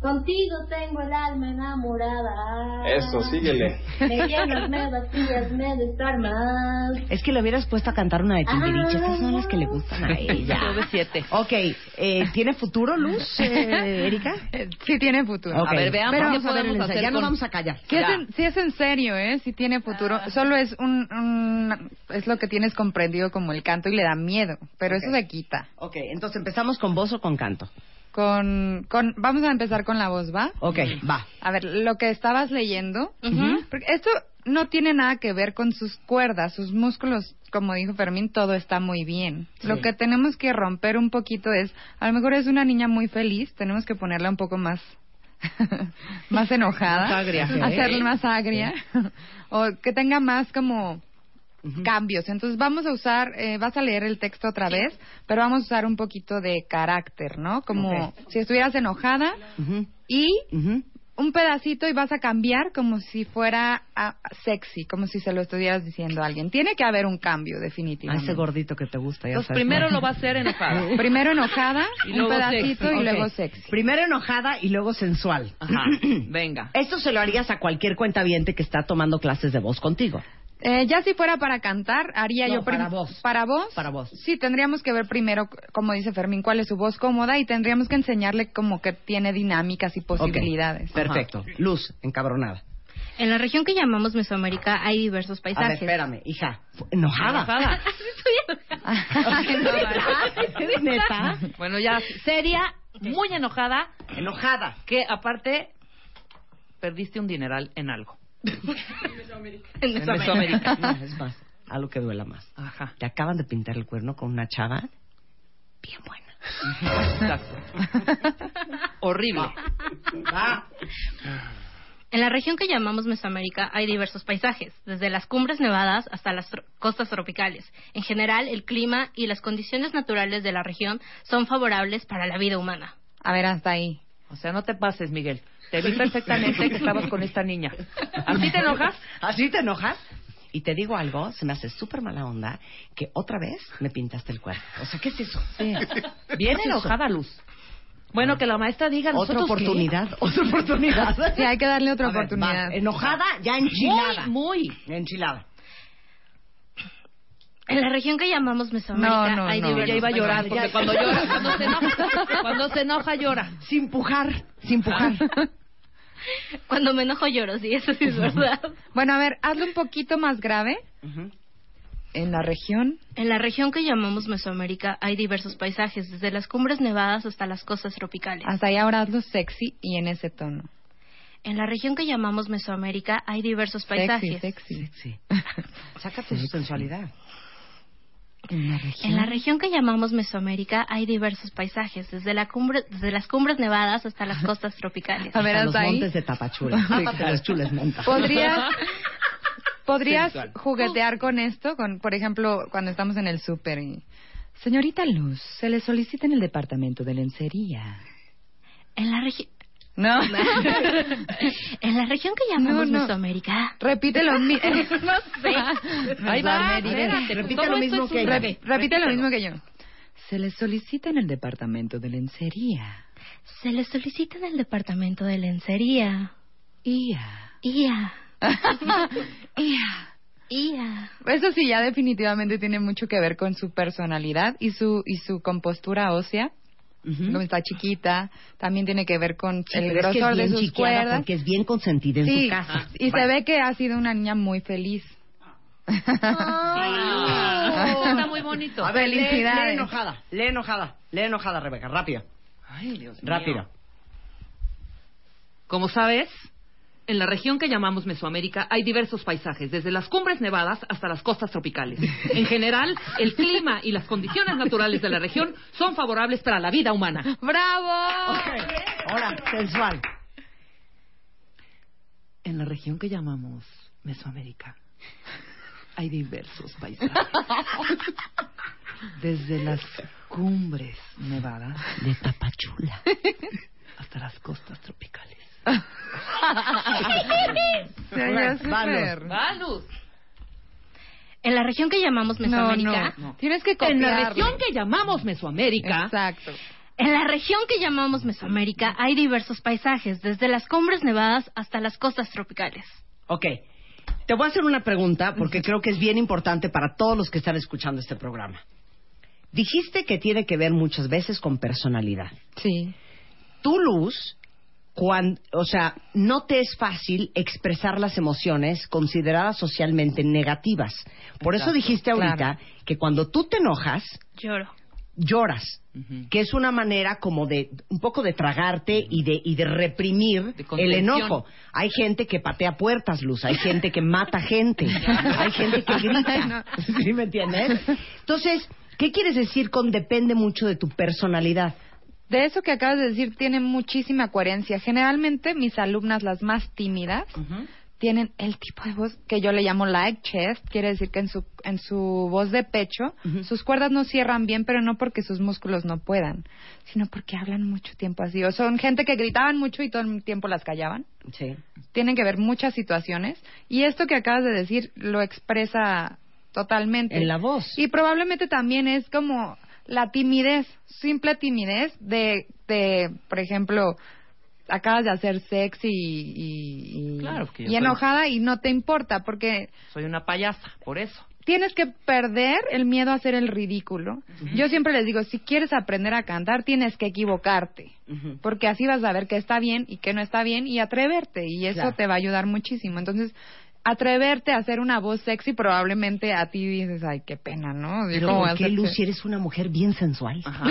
Speaker 5: Contigo tengo el alma enamorada.
Speaker 9: Eso, síguele.
Speaker 5: Me llenas, me vacías, me desarmas.
Speaker 2: Es que le hubieras puesto a cantar una de Timbiriche. Estas son las que le gustan a
Speaker 7: Yo de
Speaker 2: ella.
Speaker 7: siete.
Speaker 2: ok, eh, ¿tiene futuro, Luz, eh, Erika?
Speaker 3: Eh, Sí tiene futuro.
Speaker 2: Ok,
Speaker 7: A ver, veamos
Speaker 2: pero
Speaker 7: qué
Speaker 2: vamos a ver el
Speaker 7: podemos
Speaker 2: ensayo.
Speaker 7: hacer
Speaker 2: Ya no
Speaker 7: con-
Speaker 2: vamos a callar.
Speaker 3: Si es,
Speaker 7: Ya.
Speaker 3: en, sí es en serio, ¿eh? Si tiene futuro.
Speaker 2: Ah.
Speaker 3: Solo es un, un- Es lo que tienes comprendido como el canto y le da miedo. Pero eso
Speaker 2: Ok.
Speaker 3: se quita.
Speaker 2: Ok, entonces empezamos con voz o con canto.
Speaker 3: Con, con, vamos a empezar con la voz, ¿va?
Speaker 2: Ok, va.
Speaker 3: A ver, lo que estabas leyendo. Porque esto no tiene nada que ver con sus cuerdas, sus músculos, como dijo Fermín, todo está muy bien. Lo que tenemos que romper un poquito es, a lo mejor es una niña muy feliz, tenemos que ponerla un poco más más enojada,
Speaker 2: Más agria.
Speaker 3: hacerla más agria o que tenga más como cambios. Entonces vamos a usar, eh, vas a leer el texto otra vez, pero vamos a usar un poquito de carácter, ¿no? Como
Speaker 2: Ok.
Speaker 3: si estuvieras enojada
Speaker 2: Ujú,
Speaker 3: y
Speaker 2: ujú.
Speaker 3: un pedacito y vas a cambiar como si fuera ah, sexy, como si se lo estuvieras diciendo a alguien. Tiene que haber un cambio,
Speaker 2: A ese
Speaker 3: definitivamente.
Speaker 2: gordito que te gusta, ya
Speaker 7: Entonces,
Speaker 2: sabes.
Speaker 7: Pues primero
Speaker 2: ¿no?
Speaker 7: lo va a hacer enojada.
Speaker 3: Primero enojada,
Speaker 7: Y
Speaker 3: un
Speaker 7: luego
Speaker 3: pedacito
Speaker 7: sexy.
Speaker 3: y luego
Speaker 2: Ok.
Speaker 3: sexy.
Speaker 2: Primero enojada y luego sensual.
Speaker 7: Ajá. Venga.
Speaker 2: Esto se lo harías a cualquier cuentaviente que está tomando clases de voz contigo.
Speaker 3: Eh, ya si fuera para cantar, haría
Speaker 2: No,
Speaker 3: yo... prim-
Speaker 2: para voz.
Speaker 3: ¿Para voz?
Speaker 2: Para voz.
Speaker 3: Sí, tendríamos que ver primero, como dice Fermín, cuál es su voz cómoda y tendríamos que enseñarle como que tiene dinámicas y posibilidades.
Speaker 2: Ok, Perfecto. Luz, encabronada.
Speaker 5: En la región que llamamos Mesoamérica hay diversos
Speaker 2: A ver,
Speaker 5: paisajes.
Speaker 2: espérame, hija. Fu- Enojada.
Speaker 7: Enojada.
Speaker 3: Ay, no, vale.
Speaker 2: ¿Es neta?
Speaker 7: Bueno, ya seria, muy enojada,
Speaker 2: Enojada.
Speaker 7: que aparte perdiste un dineral en algo.
Speaker 5: En
Speaker 7: En Mesoamérica.
Speaker 2: No, es más. Algo que duela más.
Speaker 7: Ajá.
Speaker 2: Te acaban de pintar el cuerno con una chava bien buena.
Speaker 7: Exacto. Horrible.
Speaker 5: En la región que llamamos Mesoamérica hay diversos paisajes, desde las cumbres nevadas hasta las tro- costas tropicales. En general, el clima y las condiciones naturales de la región son favorables para la vida humana.
Speaker 3: A ver, hasta ahí.
Speaker 7: O sea, no te pases, Miguel. Te vi perfectamente que estabas con esta niña. ¿Así te enojas?
Speaker 2: ¿Así te enojas? Y te digo algo, se me hace súper mala onda que otra vez me pintaste el cuerno. O sea, ¿qué es eso?
Speaker 7: Bien
Speaker 2: ¿Qué es eso?
Speaker 7: enojada, Luz. Bueno, que la maestra diga
Speaker 2: Otra
Speaker 7: ¿nosotros qué?
Speaker 2: oportunidad, otra oportunidad.
Speaker 3: Sí, hay que darle otra
Speaker 2: A ver,
Speaker 3: oportunidad.
Speaker 2: va. Enojada, ya enchilada.
Speaker 7: Muy, muy.
Speaker 2: Enchilada.
Speaker 5: En la región que llamamos Mesoamérica
Speaker 3: No, no,
Speaker 5: hay
Speaker 3: no,
Speaker 5: diversos
Speaker 7: Ella iba a llorar,
Speaker 2: ya.
Speaker 7: porque cuando llora, cuando se enoja, cuando se enoja llora.
Speaker 2: Sin pujar, sin pujar.
Speaker 5: Cuando me enojo lloro, sí, eso sí es verdad.
Speaker 3: Bueno, a ver, hazlo un poquito más grave.
Speaker 2: Ujú.
Speaker 3: En la región.
Speaker 5: En la región que llamamos Mesoamérica hay diversos paisajes, desde las cumbres nevadas hasta las costas tropicales.
Speaker 7: Ah.
Speaker 3: Hasta ahí ahora hazlo sexy y en ese tono.
Speaker 5: En la región que llamamos Mesoamérica hay diversos paisajes.
Speaker 3: Sexy, sexy.
Speaker 2: Sí. Saca tu sensualidad.
Speaker 3: En la región.
Speaker 5: En la región que llamamos Mesoamérica hay diversos paisajes, desde, la cumbre- desde las cumbres nevadas hasta las costas tropicales.
Speaker 3: A ver,
Speaker 2: Hasta
Speaker 3: hasta
Speaker 2: los
Speaker 3: ahí.
Speaker 2: montes de Tapachula.
Speaker 3: Sí,
Speaker 2: Hasta
Speaker 3: claro.
Speaker 2: los chules montas.
Speaker 3: ¿Podrías, podrías juguetear con esto? Con, por ejemplo, cuando estamos en el súper. y, Señorita Luz, se le solicita en el departamento de lencería.
Speaker 5: En la, regi-
Speaker 3: No.
Speaker 5: en la región que llamamos
Speaker 3: No, no.
Speaker 5: Mesoamérica.
Speaker 3: Repite lo mismo. no sé.
Speaker 7: Ahí va, espérate,
Speaker 2: Repite
Speaker 7: todo
Speaker 2: lo
Speaker 7: esto
Speaker 2: mismo
Speaker 7: es
Speaker 2: que
Speaker 7: un
Speaker 2: ella.
Speaker 7: bebé.
Speaker 3: Repite lo
Speaker 7: Repítelo.
Speaker 3: mismo que yo. Se le solicita en el departamento de lencería.
Speaker 5: Se les solicita en el departamento de lencería.
Speaker 3: Ia.
Speaker 5: IA.
Speaker 3: Ia.
Speaker 5: IA.
Speaker 3: Eso sí, ya definitivamente tiene mucho que ver con su personalidad y su, y su compostura ósea.
Speaker 2: Ujú.
Speaker 3: Como está chiquita, también tiene que ver con
Speaker 2: Sí,
Speaker 3: el
Speaker 2: pero es que es
Speaker 3: grosor de
Speaker 2: bien
Speaker 3: sus
Speaker 2: chiqueada
Speaker 3: cuerdas.
Speaker 2: Porque es bien consentida en
Speaker 3: Sí,
Speaker 2: su casa.
Speaker 3: y se
Speaker 2: Vale.
Speaker 3: ve que ha sido una niña muy feliz.
Speaker 2: Ah.
Speaker 7: Ay, Luz, Está muy bonito.
Speaker 2: A ver, lee-
Speaker 3: Felicidades.
Speaker 2: Lee enojada, lee enojada, lee enojada, Rebeca, rápido,
Speaker 7: Ay, Dios mío.
Speaker 2: rápido.
Speaker 7: Como sabes, en la región que llamamos Mesoamérica hay diversos paisajes, desde las cumbres nevadas hasta las costas tropicales. En general, el clima y las condiciones naturales de la región son favorables para la vida humana.
Speaker 3: ¡Bravo!
Speaker 2: Ahora, sensual.
Speaker 7: En la región que llamamos Mesoamérica hay diversos paisajes. Desde las cumbres nevadas
Speaker 2: De tapachula.
Speaker 7: hasta las costas tropicales.
Speaker 3: Se veía súper.
Speaker 7: ¡Valus!
Speaker 5: En la región que llamamos
Speaker 3: No,
Speaker 5: Mesoamérica.
Speaker 3: no, Tienes que
Speaker 7: En la
Speaker 3: copiar.
Speaker 7: región que llamamos Mesoamérica
Speaker 3: Exacto.
Speaker 5: En la región que llamamos Mesoamérica hay diversos paisajes, desde las cumbres nevadas hasta las costas tropicales.
Speaker 2: Ok, te voy a hacer una pregunta porque creo que es bien importante para todos los que están escuchando este programa. Dijiste que tiene que ver muchas veces con personalidad.
Speaker 3: Sí.
Speaker 2: tu luz, cuan- o sea, no te es fácil expresar las emociones consideradas socialmente negativas. Por eso dijiste ahorita
Speaker 3: claro.
Speaker 2: que cuando tú te enojas,
Speaker 5: Lloro.
Speaker 2: lloras, que es una manera como de un poco de tragarte y de, y de reprimir
Speaker 7: De
Speaker 2: el
Speaker 7: contención.
Speaker 2: enojo. Hay gente que patea puertas, Luz, hay gente que mata gente, hay gente que grita. ¿Sí me entiendes? Entonces, ¿qué quieres decir con depende mucho de tu personalidad?
Speaker 3: De eso que acabas de decir tiene muchísima coherencia. Generalmente mis alumnas, las más tímidas, tienen el tipo de voz que yo le llamo light chest, quiere decir que en su, en su voz de pecho sus cuerdas no cierran bien, pero no porque sus músculos no puedan, sino porque hablan mucho tiempo así. O son gente que gritaban mucho y todo el tiempo las callaban.
Speaker 2: Sí.
Speaker 3: Tienen que ver muchas situaciones y esto que acabas de decir lo expresa totalmente.
Speaker 2: En la voz.
Speaker 3: Y probablemente también es como la timidez, simple timidez de, de por ejemplo, acabas de hacer sexy y, y-
Speaker 7: Claro, que yo
Speaker 3: y
Speaker 7: soy-
Speaker 3: enojada y no te importa porque
Speaker 7: Soy una payasa, por eso.
Speaker 3: tienes que perder el miedo a hacer el ridículo. Yo siempre les digo, si quieres aprender a cantar, tienes que equivocarte, porque así vas a ver qué está bien y qué no está bien y atreverte, y eso
Speaker 2: Claro.
Speaker 3: te va a ayudar muchísimo. Entonces, atreverte a hacer una voz sexy, probablemente a ti dices, ay, qué pena, ¿no? Yo
Speaker 2: Pero
Speaker 3: cómo voy a
Speaker 2: ¿por qué,
Speaker 3: hacer
Speaker 2: Luz,
Speaker 3: que-
Speaker 2: si eres una mujer bien sensual?
Speaker 7: Ajá.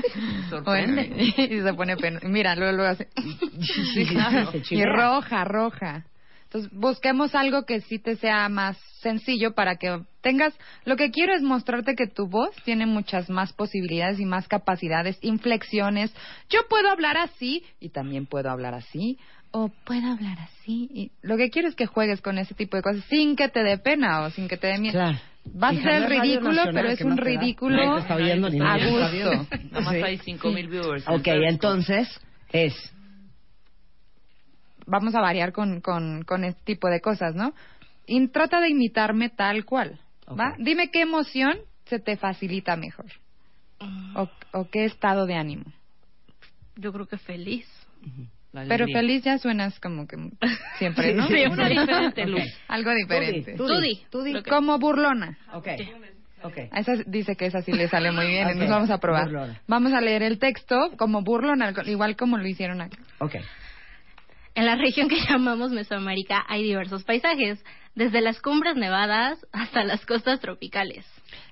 Speaker 3: Bueno,
Speaker 7: Sorprende.
Speaker 3: y se pone pena. Mira, luego, luego hace.
Speaker 2: sí, sí, se
Speaker 3: y
Speaker 2: chivea.
Speaker 3: roja, roja. Entonces, busquemos algo que sí te sea más sencillo para que tengas. Lo que quiero es mostrarte que tu voz tiene muchas más posibilidades y más capacidades, inflexiones. Yo puedo hablar así y también puedo hablar así. O puedo hablar así. Y lo que quiero es que juegues con ese tipo de cosas sin que te dé pena o sin que te dé miedo.
Speaker 2: Claro.
Speaker 3: Vas a
Speaker 2: Hija,
Speaker 3: ser el
Speaker 2: no es Radio
Speaker 3: ridículo,
Speaker 2: Nacional,
Speaker 3: pero es
Speaker 2: que
Speaker 3: un
Speaker 2: no te da. Nadie te
Speaker 3: ridículo
Speaker 2: está oyendo ni
Speaker 3: a
Speaker 2: nadie te está
Speaker 3: gusto.
Speaker 2: viendo.
Speaker 7: Nada más
Speaker 2: Sí.
Speaker 7: hay 5000 viewers.
Speaker 2: Ok, entonces es...
Speaker 3: vamos a variar con, con, con este tipo de cosas, ¿no? Y trata de imitarme tal cual, ¿va?
Speaker 2: Ok.
Speaker 3: Dime qué emoción se te facilita mejor.
Speaker 5: Ah.
Speaker 3: O, o qué estado de ánimo.
Speaker 5: Yo creo que feliz.
Speaker 7: La
Speaker 3: Pero
Speaker 7: alegría.
Speaker 3: feliz ya suenas como que siempre, ¿no?
Speaker 7: Sí, una diferente luz.
Speaker 3: Algo diferente.
Speaker 2: Tú
Speaker 5: Tú
Speaker 2: di,
Speaker 5: di. Lo que-
Speaker 3: Como burlona.
Speaker 2: Ok, ok.
Speaker 3: A esa dice que esa sí le sale muy bien,
Speaker 2: Ok,
Speaker 3: entonces vamos a probar.
Speaker 2: burlona.
Speaker 3: Vamos a leer el texto como burlona, igual como lo hicieron acá.
Speaker 2: Ok.
Speaker 5: En la región que llamamos Mesoamérica hay diversos paisajes, desde las cumbres nevadas hasta las costas tropicales.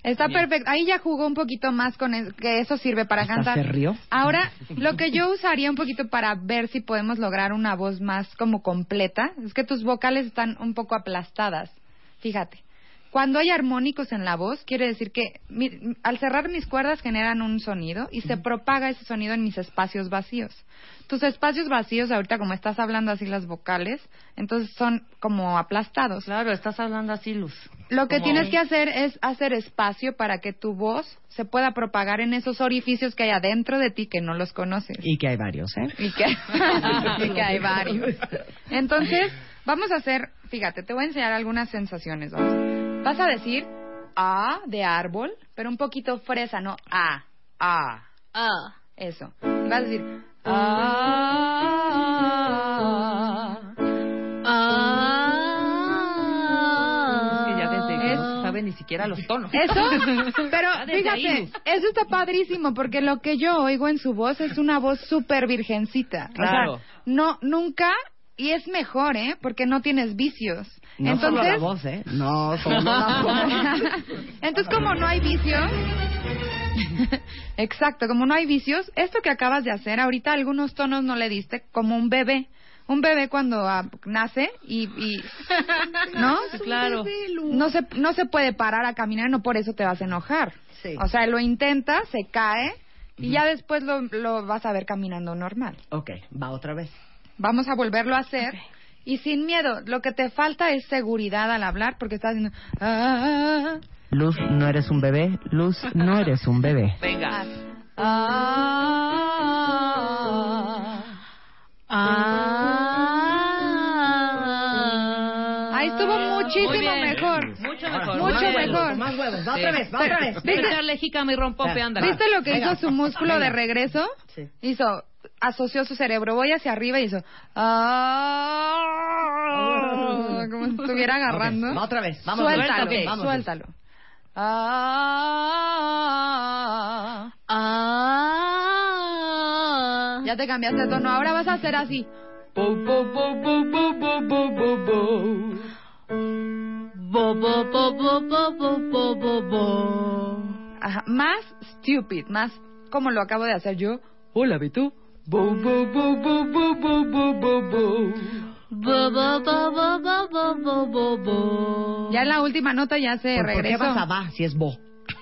Speaker 3: Está perfecto. Ahí ya jugó un poquito más con es- que eso sirve para
Speaker 2: Hasta
Speaker 3: cantar.
Speaker 2: se rió.
Speaker 3: Ahora, lo que yo usaría un poquito para ver si podemos lograr una voz más como completa, es que tus vocales están un poco aplastadas. Fíjate. Cuando hay armónicos en la voz, quiere decir que mi- al cerrar mis cuerdas generan un sonido y se propaga ese sonido en mis espacios vacíos. Tus espacios vacíos, ahorita como estás hablando así las vocales, entonces son como aplastados.
Speaker 7: Claro, estás hablando así, Luz.
Speaker 3: Lo que
Speaker 7: Como-
Speaker 3: tienes que hacer es hacer espacio para que tu voz se pueda propagar en esos orificios que hay adentro de ti que no los conoces.
Speaker 2: Y que hay varios, ¿eh?
Speaker 3: Y que, y que hay varios. Entonces, vamos a hacer, fíjate, te voy a enseñar algunas sensaciones. vamos. Vas a decir A de árbol, pero un poquito fresa, no A, A.
Speaker 5: Ah,
Speaker 3: Eso. Vas a decir "Ah".
Speaker 5: ah,
Speaker 7: Que ya desde que
Speaker 3: Es-
Speaker 7: no sabe ni siquiera los tonos.
Speaker 3: Eso, pero
Speaker 7: Ah, desde ahí,
Speaker 3: fíjate,
Speaker 7: Luz.
Speaker 3: eso está padrísimo porque lo que yo oigo en su voz es una voz súper virgencita. O sea,
Speaker 7: Claro.
Speaker 3: no, nunca, y es mejor, ¿eh? Porque no tienes vicios.
Speaker 2: No solo
Speaker 3: Entonces,
Speaker 2: la voz, ¿eh? No, solo la voz.
Speaker 3: entonces, como no hay vicios, exacto, como no hay vicios, esto que acabas de hacer, ahorita algunos tonos no le diste, como un bebé. Un bebé cuando ah, nace y, y- ¿no?
Speaker 7: Claro.
Speaker 3: No se, no se puede parar a caminar, no por eso te vas a enojar.
Speaker 2: Sí.
Speaker 3: O sea, lo intenta, se cae y ya después lo, lo vas a ver caminando normal.
Speaker 2: Ok, va otra vez.
Speaker 3: Vamos a volverlo a hacer. Y sin miedo, lo que te falta es seguridad al hablar porque estás diciendo... "Ah".
Speaker 2: Luz, no eres un bebé. Luz, no eres un bebé.
Speaker 7: Venga.
Speaker 3: ah,
Speaker 5: ah.
Speaker 3: Ahí estuvo
Speaker 7: Muy
Speaker 3: muchísimo
Speaker 7: bien.
Speaker 3: mejor.
Speaker 7: Mucho mejor.
Speaker 3: Mucho
Speaker 7: Muy bien.
Speaker 3: mejor.
Speaker 2: Más huevos, va otra
Speaker 7: Sí.
Speaker 2: vez, va otra vez.
Speaker 7: Vete a Jícama y rompope, ándale.
Speaker 3: ¿Viste lo que
Speaker 2: Venga.
Speaker 3: hizo su músculo de
Speaker 2: Venga.
Speaker 3: regreso?
Speaker 2: Sí.
Speaker 3: Hizo, asoció su cerebro, voy hacia arriba y hizo... "Ah", Como si estuviera agarrando.
Speaker 2: Oh. Ok, va otra vez, vamos.
Speaker 3: suéltalo,
Speaker 7: suéltate.
Speaker 2: Vamos.
Speaker 3: suéltalo. Ah,
Speaker 5: Ah.
Speaker 3: ya te cambiaste de tono, ahora vas a hacer así.
Speaker 5: Bo, bo, bo, bo, bo, bo, bo, bo, bo.
Speaker 3: Ajá, Más stupid, más como lo acabo de hacer yo. Hola, ¿y tú? Bo, bo, bo, bo, bo, bo, bo, bo, bo.
Speaker 5: Bo, bo, bo, bo, bo, bo, bo, bo, bo.
Speaker 3: Ya en la última nota ya se
Speaker 2: ¿Por, por qué
Speaker 3: regresó.
Speaker 2: vas a va si es bo?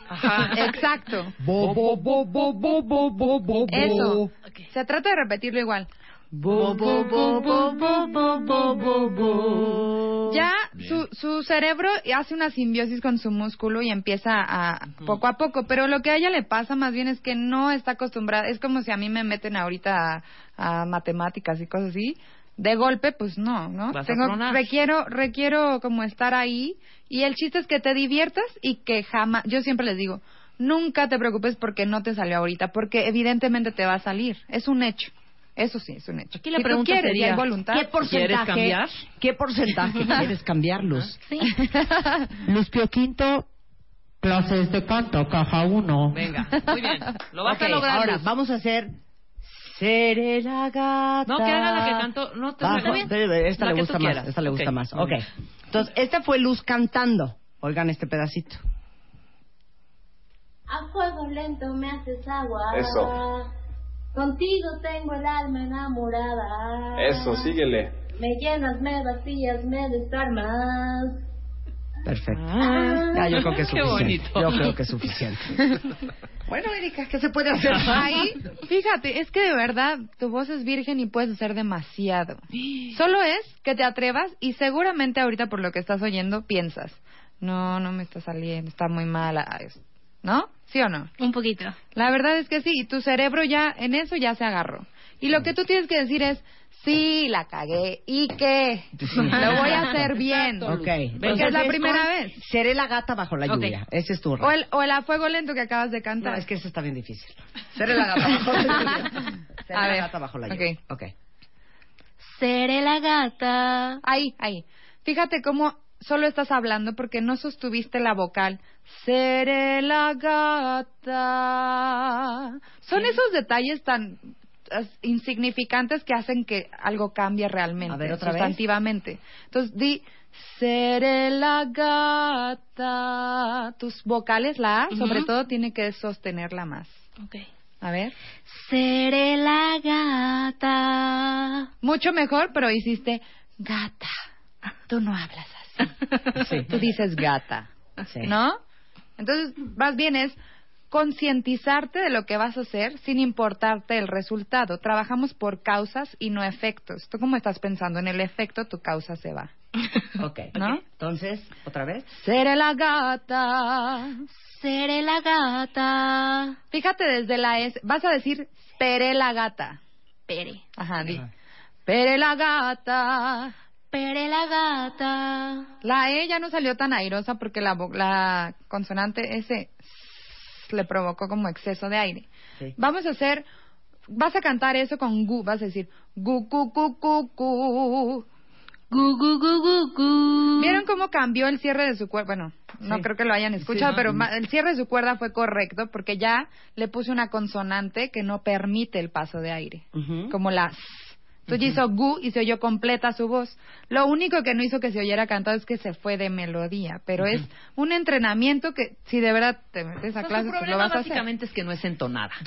Speaker 3: Ajá, Exacto.
Speaker 2: Bo, bo, bo, bo, bo, bo, bo, bo,
Speaker 3: Eso.
Speaker 2: bo.
Speaker 3: Se trata de repetirlo igual.
Speaker 2: Bo, bo, bo, bo, bo, bo, bo, bo, bo.
Speaker 3: Ya su, su cerebro hace una simbiosis con su músculo y empieza a poco a poco, pero lo que a ella le pasa más bien es que no está acostumbrada, es como si a mí me meten ahorita a, a matemáticas y cosas así, de golpe pues no, ¿no?
Speaker 9: Vas a
Speaker 3: Tengo-
Speaker 9: tronar.
Speaker 3: requiero requiero como estar ahí y el chiste es que te diviertas y que jamás, yo siempre les digo, nunca te preocupes porque no te salió ahorita, porque evidentemente te va a salir, es un hecho. Eso sí, es un hecho.
Speaker 9: Aquí la
Speaker 3: si tú
Speaker 9: pregunta
Speaker 3: quieres, y
Speaker 9: sería,
Speaker 3: hay voluntad.
Speaker 2: ¿Qué porcentaje?
Speaker 9: ¿Quieres cambiar?
Speaker 2: ¿Qué porcentaje quieres cambiar, Luz?
Speaker 5: Sí.
Speaker 10: Luz Pio Quinto, clases de canto, caja 1.
Speaker 9: Venga, muy bien. Lo vas
Speaker 2: Ok,
Speaker 9: a lograr.
Speaker 2: Ahora,
Speaker 9: Luz.
Speaker 2: vamos a hacer... Seré la gata.
Speaker 9: No, que haga la que tanto- no, te-
Speaker 2: Bajo-
Speaker 9: está bien.
Speaker 2: Ah, pues, Esta
Speaker 9: La
Speaker 2: le
Speaker 9: que
Speaker 2: gusta
Speaker 9: tú
Speaker 2: más,
Speaker 9: quieras.
Speaker 2: esta le gusta
Speaker 9: Ok.
Speaker 2: más. Ok. Entonces, esta fue Luz cantando. Oigan este pedacito.
Speaker 8: A fuego lento me haces agua.
Speaker 4: Eso.
Speaker 8: Contigo tengo el alma enamorada.
Speaker 4: Eso, síguele.
Speaker 8: Me llenas, me vacías, me desarmas.
Speaker 2: Perfecto. Ya, yo creo que es
Speaker 9: Qué
Speaker 2: suficiente.
Speaker 9: bonito.
Speaker 2: Yo creo que es suficiente. bueno, Erika, ¿qué se puede hacer?
Speaker 3: Ahí, fíjate, es que de verdad tu voz es virgen y puedes hacer demasiado. Solo es que te atrevas y seguramente ahorita por lo que estás oyendo piensas, no, no me está saliendo, está muy mala, ¿no? ¿Sí o no?
Speaker 5: Un poquito.
Speaker 3: La verdad es que sí, y tu cerebro ya en eso ya se agarró. Y lo que tú tienes que decir es, sí, la cagué, ¿y qué? Lo voy a hacer bien.
Speaker 2: Ok.
Speaker 3: Porque es la primera vez.
Speaker 2: Seré la gata bajo la lluvia. Ese es tu reto.
Speaker 3: O el, o el a fuego lento que acabas de cantar.
Speaker 2: No, es que eso está bien difícil. Seré la gata bajo la lluvia. Seré
Speaker 3: A
Speaker 2: la
Speaker 3: ver.
Speaker 2: gata bajo la
Speaker 3: Ok.
Speaker 2: lluvia. Ok.
Speaker 5: Seré la gata.
Speaker 3: Ahí, ahí. Fíjate cómo solo estás hablando porque no sostuviste la vocal. Seré la gata. Son esos detalles tan eh, insignificantes que hacen que algo cambie realmente,
Speaker 2: A ver, ¿otra vez?
Speaker 3: sustantivamente. Entonces di seré la gata. Tus vocales la A, sobre
Speaker 5: Ujú.
Speaker 3: todo tiene que sostenerla más.
Speaker 5: Ok.
Speaker 3: A ver.
Speaker 5: Seré la gata.
Speaker 3: Mucho mejor, pero hiciste gata. Tú no hablas así. Tú dices gata.
Speaker 2: Sí.
Speaker 3: ¿No? Entonces, más bien es concientizarte de lo que vas a hacer sin importarte el resultado. Trabajamos por causas y no efectos. Tú como estás pensando en el efecto, tu causa se va.
Speaker 2: Ok.
Speaker 3: ¿No?
Speaker 2: Entonces, ¿otra vez?
Speaker 3: Seré la gata.
Speaker 5: Seré la gata.
Speaker 3: Fíjate desde la S. Vas a decir, seré la gata.
Speaker 5: Pere.
Speaker 3: Ajá, di. Seré la gata.
Speaker 5: Pere la gata.
Speaker 3: La E ya no salió tan airosa porque la, vo- la consonante S le provocó como exceso de aire.
Speaker 2: Sí.
Speaker 3: Vamos a hacer, vas a cantar eso con gu, vas a decir gu gu gu gu gu.
Speaker 5: Gu, gu, gu, gu, gu.
Speaker 3: ¿Vieron cómo cambió el cierre de su cuerda? Bueno, no creo que lo hayan escuchado, pero ma- el cierre de su cuerda fue correcto porque ya le puse una consonante que no permite el paso de aire,
Speaker 2: Ujú.
Speaker 3: como la S. Entonces hizo gu y se oyó completa su voz. Lo único que no hizo que se oyera cantado es que se fue de melodía, pero es un entrenamiento que si de verdad te metes a
Speaker 9: Entonces,
Speaker 3: clases
Speaker 9: su
Speaker 3: pues lo
Speaker 9: problema
Speaker 3: vas a hacer.
Speaker 9: básicamente es que no es entonada.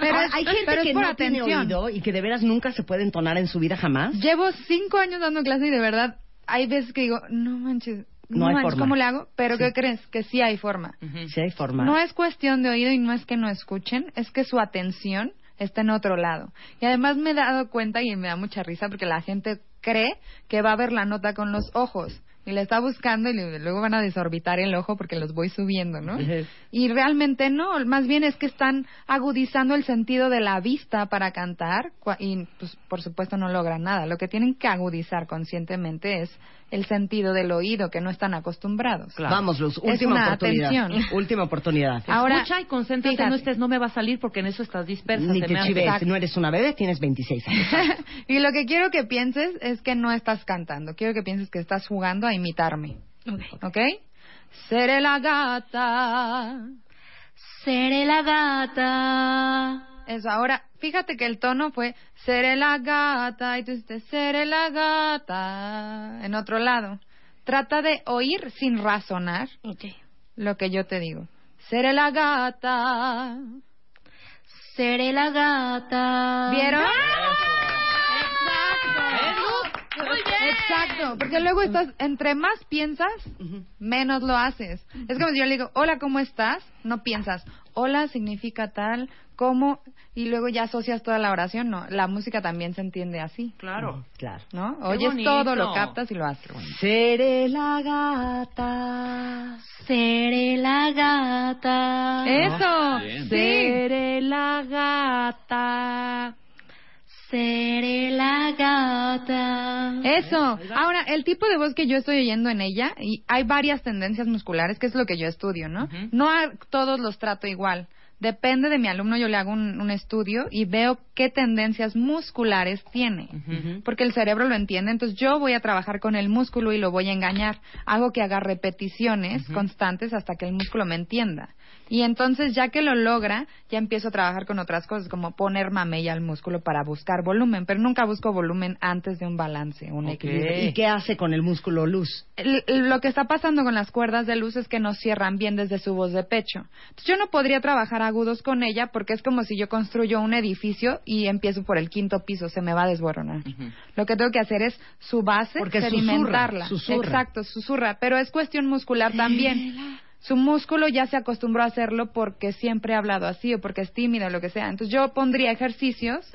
Speaker 3: Pero
Speaker 2: Ah,
Speaker 3: es-
Speaker 2: hay gente
Speaker 3: pero es
Speaker 2: que
Speaker 3: por
Speaker 2: no tiene
Speaker 3: atención.
Speaker 2: oído y que de veras nunca se puede entonar en su vida jamás.
Speaker 3: Llevo cinco años dando clase y de verdad hay veces que digo, no manches, no,
Speaker 2: No hay
Speaker 3: manches,
Speaker 2: forma.
Speaker 3: ¿cómo le hago? Pero
Speaker 2: Sí.
Speaker 3: ¿qué crees? Que sí hay forma.
Speaker 2: Sí, hay forma.
Speaker 3: No es cuestión de oído y no es que no escuchen, es que su atención está en otro lado. Y además me he dado cuenta y me da mucha risa porque la gente cree que va a ver la nota con los ojos y la está buscando y le- luego van a desorbitar el ojo porque los voy subiendo, ¿no?
Speaker 2: Ujú.
Speaker 3: Y realmente no, más bien es que están agudizando el sentido de la vista para cantar cua- y pues, por supuesto no logran nada. Lo que tienen que agudizar conscientemente es el sentido del oído que no están acostumbrados.
Speaker 2: Vamos, Luz,
Speaker 3: Es
Speaker 2: última
Speaker 3: una
Speaker 2: oportunidad.
Speaker 3: atención.
Speaker 2: Última oportunidad.
Speaker 3: Ahora-
Speaker 9: Escucha y concéntrate,
Speaker 3: Fíjate.
Speaker 9: no estés, no me va a salir porque en eso estás dispersa.
Speaker 2: Ni
Speaker 9: se
Speaker 2: te
Speaker 9: me hace.
Speaker 2: chives,
Speaker 3: Exacto.
Speaker 2: no eres una bebé, tienes 26 años.
Speaker 3: y lo que quiero que pienses es que no estás cantando. Quiero que pienses que estás jugando a imitarme.
Speaker 5: Ok.
Speaker 3: ¿Ok? Seré la gata.
Speaker 5: Seré la gata.
Speaker 3: Eso, ahora, fíjate que el tono fue seré la gata y tú dices seré la gata en otro lado. Trata de oír sin razonar
Speaker 5: Ok.
Speaker 3: lo que yo te digo. Seré la gata.
Speaker 5: Seré la gata.
Speaker 3: ¿Vieron?
Speaker 5: Exacto. Muy bien.
Speaker 3: Exacto, porque luego estás, entre más piensas, menos lo haces. Es como si yo le digo, hola, ¿cómo estás? No piensas, hola significa tal, ¿cómo? Y luego ya asocias toda la oración, ¿no? La música también se entiende así,
Speaker 7: Claro.
Speaker 2: Claro.
Speaker 3: ¿no?
Speaker 7: Qué
Speaker 3: Oyes
Speaker 7: bonito.
Speaker 3: todo, lo captas y lo haces.
Speaker 2: Seré la gata.
Speaker 5: Seré la gata.
Speaker 3: ¿Eh? ¡Eso!
Speaker 4: Bien.
Speaker 3: ¡Sí!
Speaker 2: Seré la gata.
Speaker 5: Seré la gata.
Speaker 3: Eso. Ahora, el tipo de voz que yo estoy oyendo en ella, y hay varias tendencias musculares, que es lo que yo estudio, ¿no? No a todos los trato igual. Depende de mi alumno, yo le hago un, un estudio y veo qué tendencias musculares tiene. Porque el cerebro lo entiende, entonces yo voy a trabajar con el músculo y lo voy a engañar. Hago que haga repeticiones constantes hasta que el músculo me entienda. Y entonces, ya que lo logra, ya empiezo a trabajar con otras cosas, como poner mamella al músculo para buscar volumen, pero nunca busco volumen antes de un balance, un equilibrio.
Speaker 2: ¿Y qué hace con el músculo luz?
Speaker 3: L- lo que está pasando con las cuerdas de luz es que no cierran bien desde su voz de pecho. Entonces, yo no podría trabajar agudos con ella porque es como si yo construyo un edificio y empiezo por el quinto piso, se me va a desboronar. Lo que tengo que hacer es su base,
Speaker 2: Porque susurra,
Speaker 3: sedimentarla.
Speaker 2: susurra.
Speaker 3: Exacto, susurra, pero es cuestión muscular también. Su músculo ya se acostumbró a hacerlo porque siempre ha hablado así o porque es tímido o lo que sea. Entonces yo pondría ejercicios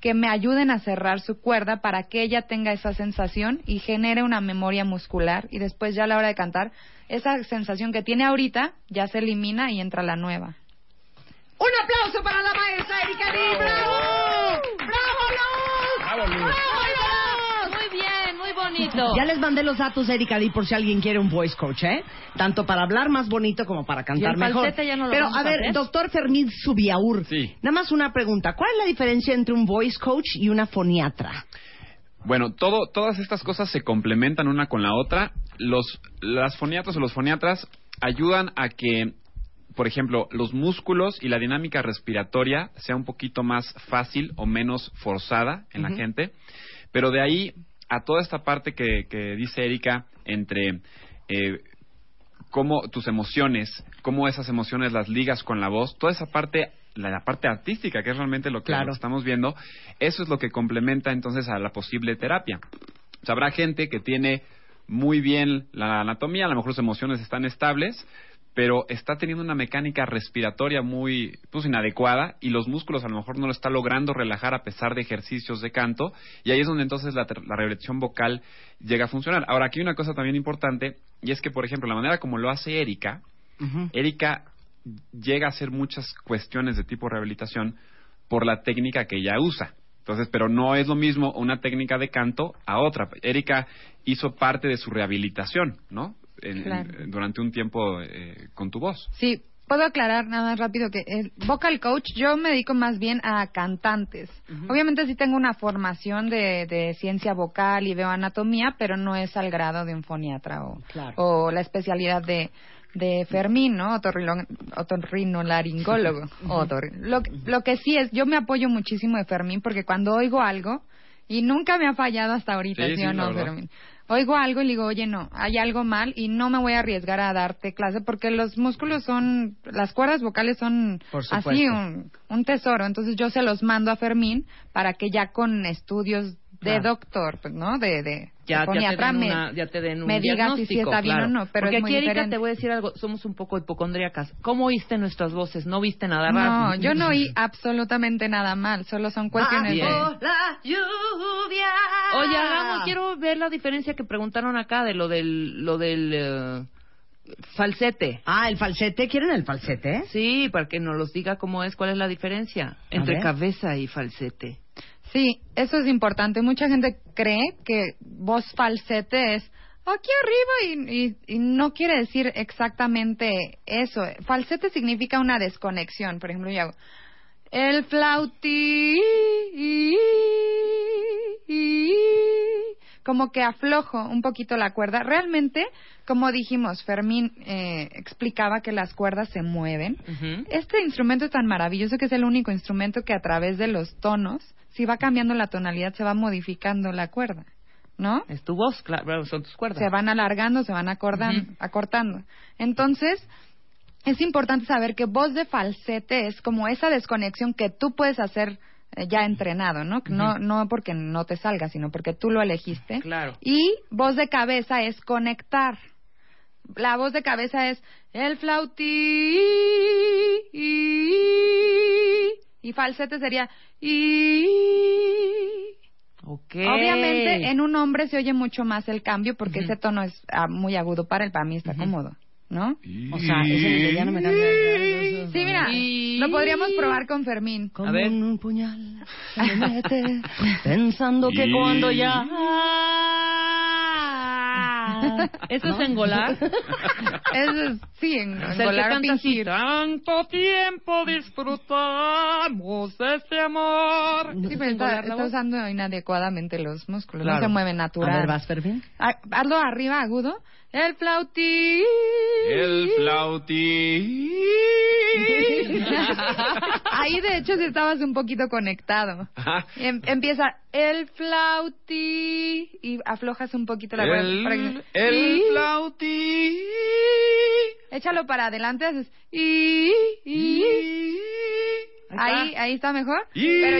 Speaker 3: que me ayuden a cerrar su cuerda para que ella tenga esa sensación y genere una memoria muscular y después ya a la hora de cantar esa sensación que tiene ahorita ya se elimina y entra la nueva.
Speaker 2: ¡Un aplauso para la maestra Erika Lee! ¡Bravo! ¡Bravo, Luz!
Speaker 7: Muy bien, muy bonito.
Speaker 2: Ya les mandé los datos de Erika Lee por si alguien quiere un voice coach, ¿eh? Tanto para hablar más bonito como para cantar
Speaker 9: Y el
Speaker 2: mejor.
Speaker 9: falsete ya no lo
Speaker 2: Pero
Speaker 9: vamos
Speaker 2: a
Speaker 9: a
Speaker 2: ver,
Speaker 9: hacer.
Speaker 2: doctor Fermín Subiaur,
Speaker 4: Sí.
Speaker 2: nada más una pregunta. ¿Cuál es la diferencia entre un voice coach y una foniatra?
Speaker 4: Bueno, todo, todas estas cosas se complementan una con la otra. Los, las foniatras o los foniatras ayudan a que, por ejemplo, los músculos y la dinámica respiratoria sea un poquito más fácil o menos forzada en la gente. Pero de ahí a toda esta parte que, que dice Erika entre eh, cómo tus emociones, cómo esas emociones las ligas con la voz, toda esa parte, la, la parte artística, que es realmente lo que,
Speaker 2: Claro.
Speaker 4: lo que estamos viendo, eso es lo que complementa entonces a la posible terapia. O sea, habrá gente que tiene muy bien la anatomía, a lo mejor sus emociones están estables, pero está teniendo una mecánica respiratoria muy pues inadecuada y los músculos a lo mejor no lo está logrando relajar a pesar de ejercicios de canto y ahí es donde entonces la, ter- la rehabilitación vocal llega a funcionar. Ahora aquí hay una cosa también importante y es que por ejemplo la manera como lo hace Erika, Erika llega a hacer muchas cuestiones de tipo rehabilitación por la técnica que ella usa. Entonces, pero no es lo mismo una técnica de canto a otra. Erika hizo parte de su rehabilitación, ¿no? En- en-
Speaker 3: Claro.
Speaker 4: durante un tiempo eh, con tu voz.
Speaker 3: Sí, puedo aclarar nada más rápido que el vocal coach yo me dedico más bien a cantantes. Obviamente sí tengo una formación de, de ciencia vocal y veo anatomía, pero no es al grado de un foniatra o,
Speaker 2: Claro.
Speaker 3: o la especialidad de de Fermín, ¿no? Otorrilo- Otorrinolaringólogo. Otor- Lo, que- lo que sí es, yo me apoyo muchísimo de Fermín porque cuando oigo algo, y nunca me ha fallado hasta ahorita,
Speaker 4: Sí,
Speaker 3: ¿sí,
Speaker 4: sí,
Speaker 3: o
Speaker 4: la
Speaker 3: no,
Speaker 4: verdad.
Speaker 3: Fermín? Oigo algo y le digo, oye, no, hay algo mal y no me voy a arriesgar a darte clase porque los músculos son, las cuerdas vocales son
Speaker 2: Por supuesto.
Speaker 3: así un, un tesoro. Entonces yo se los mando a Fermín para que ya con estudios de
Speaker 9: Claro.
Speaker 3: doctor, pues, ¿no? De, de
Speaker 9: Ah. ya, ya te
Speaker 3: de foniatra
Speaker 9: den
Speaker 3: me-
Speaker 9: una- ya te den un
Speaker 3: me digas si sí
Speaker 9: diagnóstico,
Speaker 3: está bien
Speaker 9: claro.
Speaker 3: o no, pero
Speaker 9: Porque
Speaker 3: es muy
Speaker 9: aquí Erika
Speaker 3: diferente.
Speaker 9: te voy a decir algo, somos un poco hipocondríacas. ¿Cómo oíste nuestras voces? ¿No viste nada raro?
Speaker 3: No, yo no oí absolutamente nada mal, solo son cuestiones
Speaker 9: Ah, bien.
Speaker 3: de...
Speaker 2: la lluvia.
Speaker 9: Oye, hagamos, quiero ver la diferencia que preguntaron acá de lo del lo del eh, falsete.
Speaker 2: Ah, el falsete. ¿Quieren el falsete?
Speaker 9: Sí, para que nos los diga cómo es, cuál es la diferencia entre
Speaker 2: ver.
Speaker 9: cabeza y falsete.
Speaker 3: Sí, eso es importante. Mucha gente cree que voz falsete es aquí arriba y, y- y no quiere decir exactamente eso. Falsete significa una desconexión. Por ejemplo, yo hago el flautí. Como que aflojo un poquito la cuerda. Realmente, como dijimos, Fermín eh, explicaba que las cuerdas se mueven. Este instrumento tan maravilloso que es el único instrumento que a través de los tonos, si va cambiando la tonalidad, se va modificando la cuerda, ¿no?
Speaker 9: Es tu voz, claro, son tus cuerdas.
Speaker 3: Se van alargando, se van acordan- acortando. Entonces, es importante saber que voz de falsete es como esa desconexión que tú puedes hacer eh, ya entrenado, ¿no? Que No no porque no te salga, sino porque tú lo elegiste.
Speaker 9: Claro.
Speaker 3: Y voz de cabeza es conectar. La voz de cabeza es el flautí y falsete sería y
Speaker 9: Ok.
Speaker 3: Obviamente en un hombre se oye mucho más el cambio porque ese tono es ah, muy agudo para él, para mí está cómodo, ¿no?
Speaker 2: O sea, es el que ya no me cambia.
Speaker 3: Sí, mira, lo podríamos probar con Fermín.
Speaker 2: Como
Speaker 9: A ver.
Speaker 2: un puñal se me mete pensando que cuando ya...
Speaker 9: Ah,
Speaker 2: Ah,
Speaker 9: ¿Eso es engolar?
Speaker 3: Eso es, sí, en,
Speaker 9: Es
Speaker 3: en
Speaker 9: el que
Speaker 3: volar
Speaker 9: canta así,
Speaker 3: fingir.
Speaker 9: Tanto tiempo disfrutamos este amor.
Speaker 3: Sí, pero está, está usando inadecuadamente los músculos,
Speaker 9: Claro.
Speaker 3: no se mueve
Speaker 2: A ver,
Speaker 3: natural.
Speaker 2: ¿vas, Fermín?
Speaker 3: Ah, Hazlo arriba agudo. El flautí.
Speaker 4: El flautí.
Speaker 3: Ahí de hecho si estabas un poquito conectado. Em- empieza el flauti y aflojas un poquito la voz.
Speaker 4: El, el
Speaker 3: Y-
Speaker 4: flautí.
Speaker 3: Échalo para adelante, haces y, y. Ahí, ahí está mejor.
Speaker 4: Y-
Speaker 3: Pero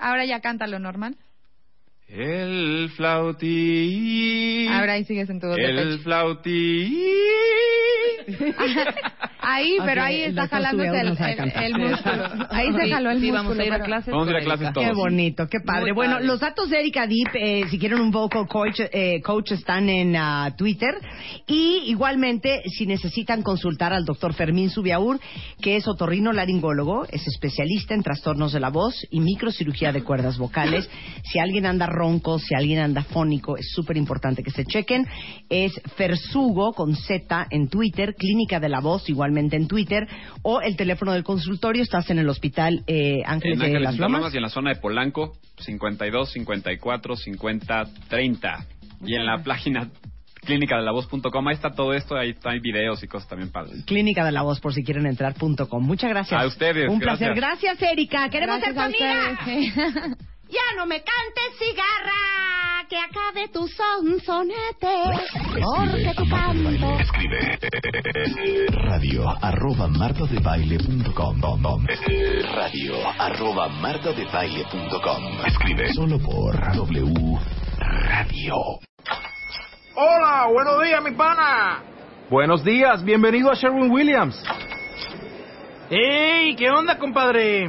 Speaker 3: ahora ya cántalo normal.
Speaker 4: El flautí.
Speaker 3: Ahora ahí sigues en tu voz de
Speaker 4: El
Speaker 3: pecho.
Speaker 4: flautí.
Speaker 3: Ahí,
Speaker 2: Ok,
Speaker 3: pero ahí
Speaker 2: el
Speaker 3: está
Speaker 2: doctor
Speaker 3: jalándose
Speaker 2: Subiau
Speaker 3: el,
Speaker 2: no sabe
Speaker 3: el-
Speaker 2: cantar.
Speaker 3: el músculo. Ahí se
Speaker 9: Sí,
Speaker 3: jaló el
Speaker 9: sí,
Speaker 3: músculo.
Speaker 9: vamos a ir a
Speaker 3: pero-
Speaker 9: clases.
Speaker 4: Vamos a ir a
Speaker 9: con
Speaker 4: clases
Speaker 9: Erika.
Speaker 4: todos.
Speaker 2: Qué bonito, qué padre.
Speaker 9: Muy
Speaker 2: bueno,
Speaker 9: padre.
Speaker 2: los datos de Erika Deep, eh, si quieren un vocal coach, eh, coach están en ah, Twitter. Y igualmente, si necesitan consultar al doctor Fermín Subiaur, que es otorrino laringólogo, es especialista en trastornos de la voz y microcirugía de cuerdas vocales. Si alguien anda ronco, si alguien anda fónico, es súper importante que se chequen. Es Fersugo con Z en Twitter, Clínica de la Voz igualmente en Twitter, o el teléfono del consultorio, estás en el hospital eh, Ángeles
Speaker 4: En
Speaker 2: de
Speaker 4: Ángeles
Speaker 2: las
Speaker 4: y Lomas
Speaker 2: Lomas.
Speaker 4: y en la zona de Polanco, 52, 54, 50, 30. Y en la página clínica de la voz.com, ahí está todo esto, ahí está- hay videos y cosas también padres.
Speaker 2: Clínica de la Voz, por si quieren entrar, punto com. Muchas gracias.
Speaker 4: A ustedes,
Speaker 2: Un
Speaker 4: gracias.
Speaker 2: placer. Gracias, Erika. Queremos
Speaker 3: Gracias
Speaker 2: ser
Speaker 3: a
Speaker 2: familia.
Speaker 3: ustedes.
Speaker 8: Ya no me cantes cigarra, que acabe tu sonsonete,
Speaker 1: Escribe
Speaker 8: porque
Speaker 1: a
Speaker 8: tu
Speaker 1: Marta de
Speaker 8: canto
Speaker 1: Baile. Escribe radio arroba martadebaile.com. Radio arroba martadebaile.com. Escribe solo por W Radio.
Speaker 11: Hola, buenos días, mi pana. Buenos días, bienvenido a Sherwin Williams. ¡Ey! ¿Qué onda, compadre?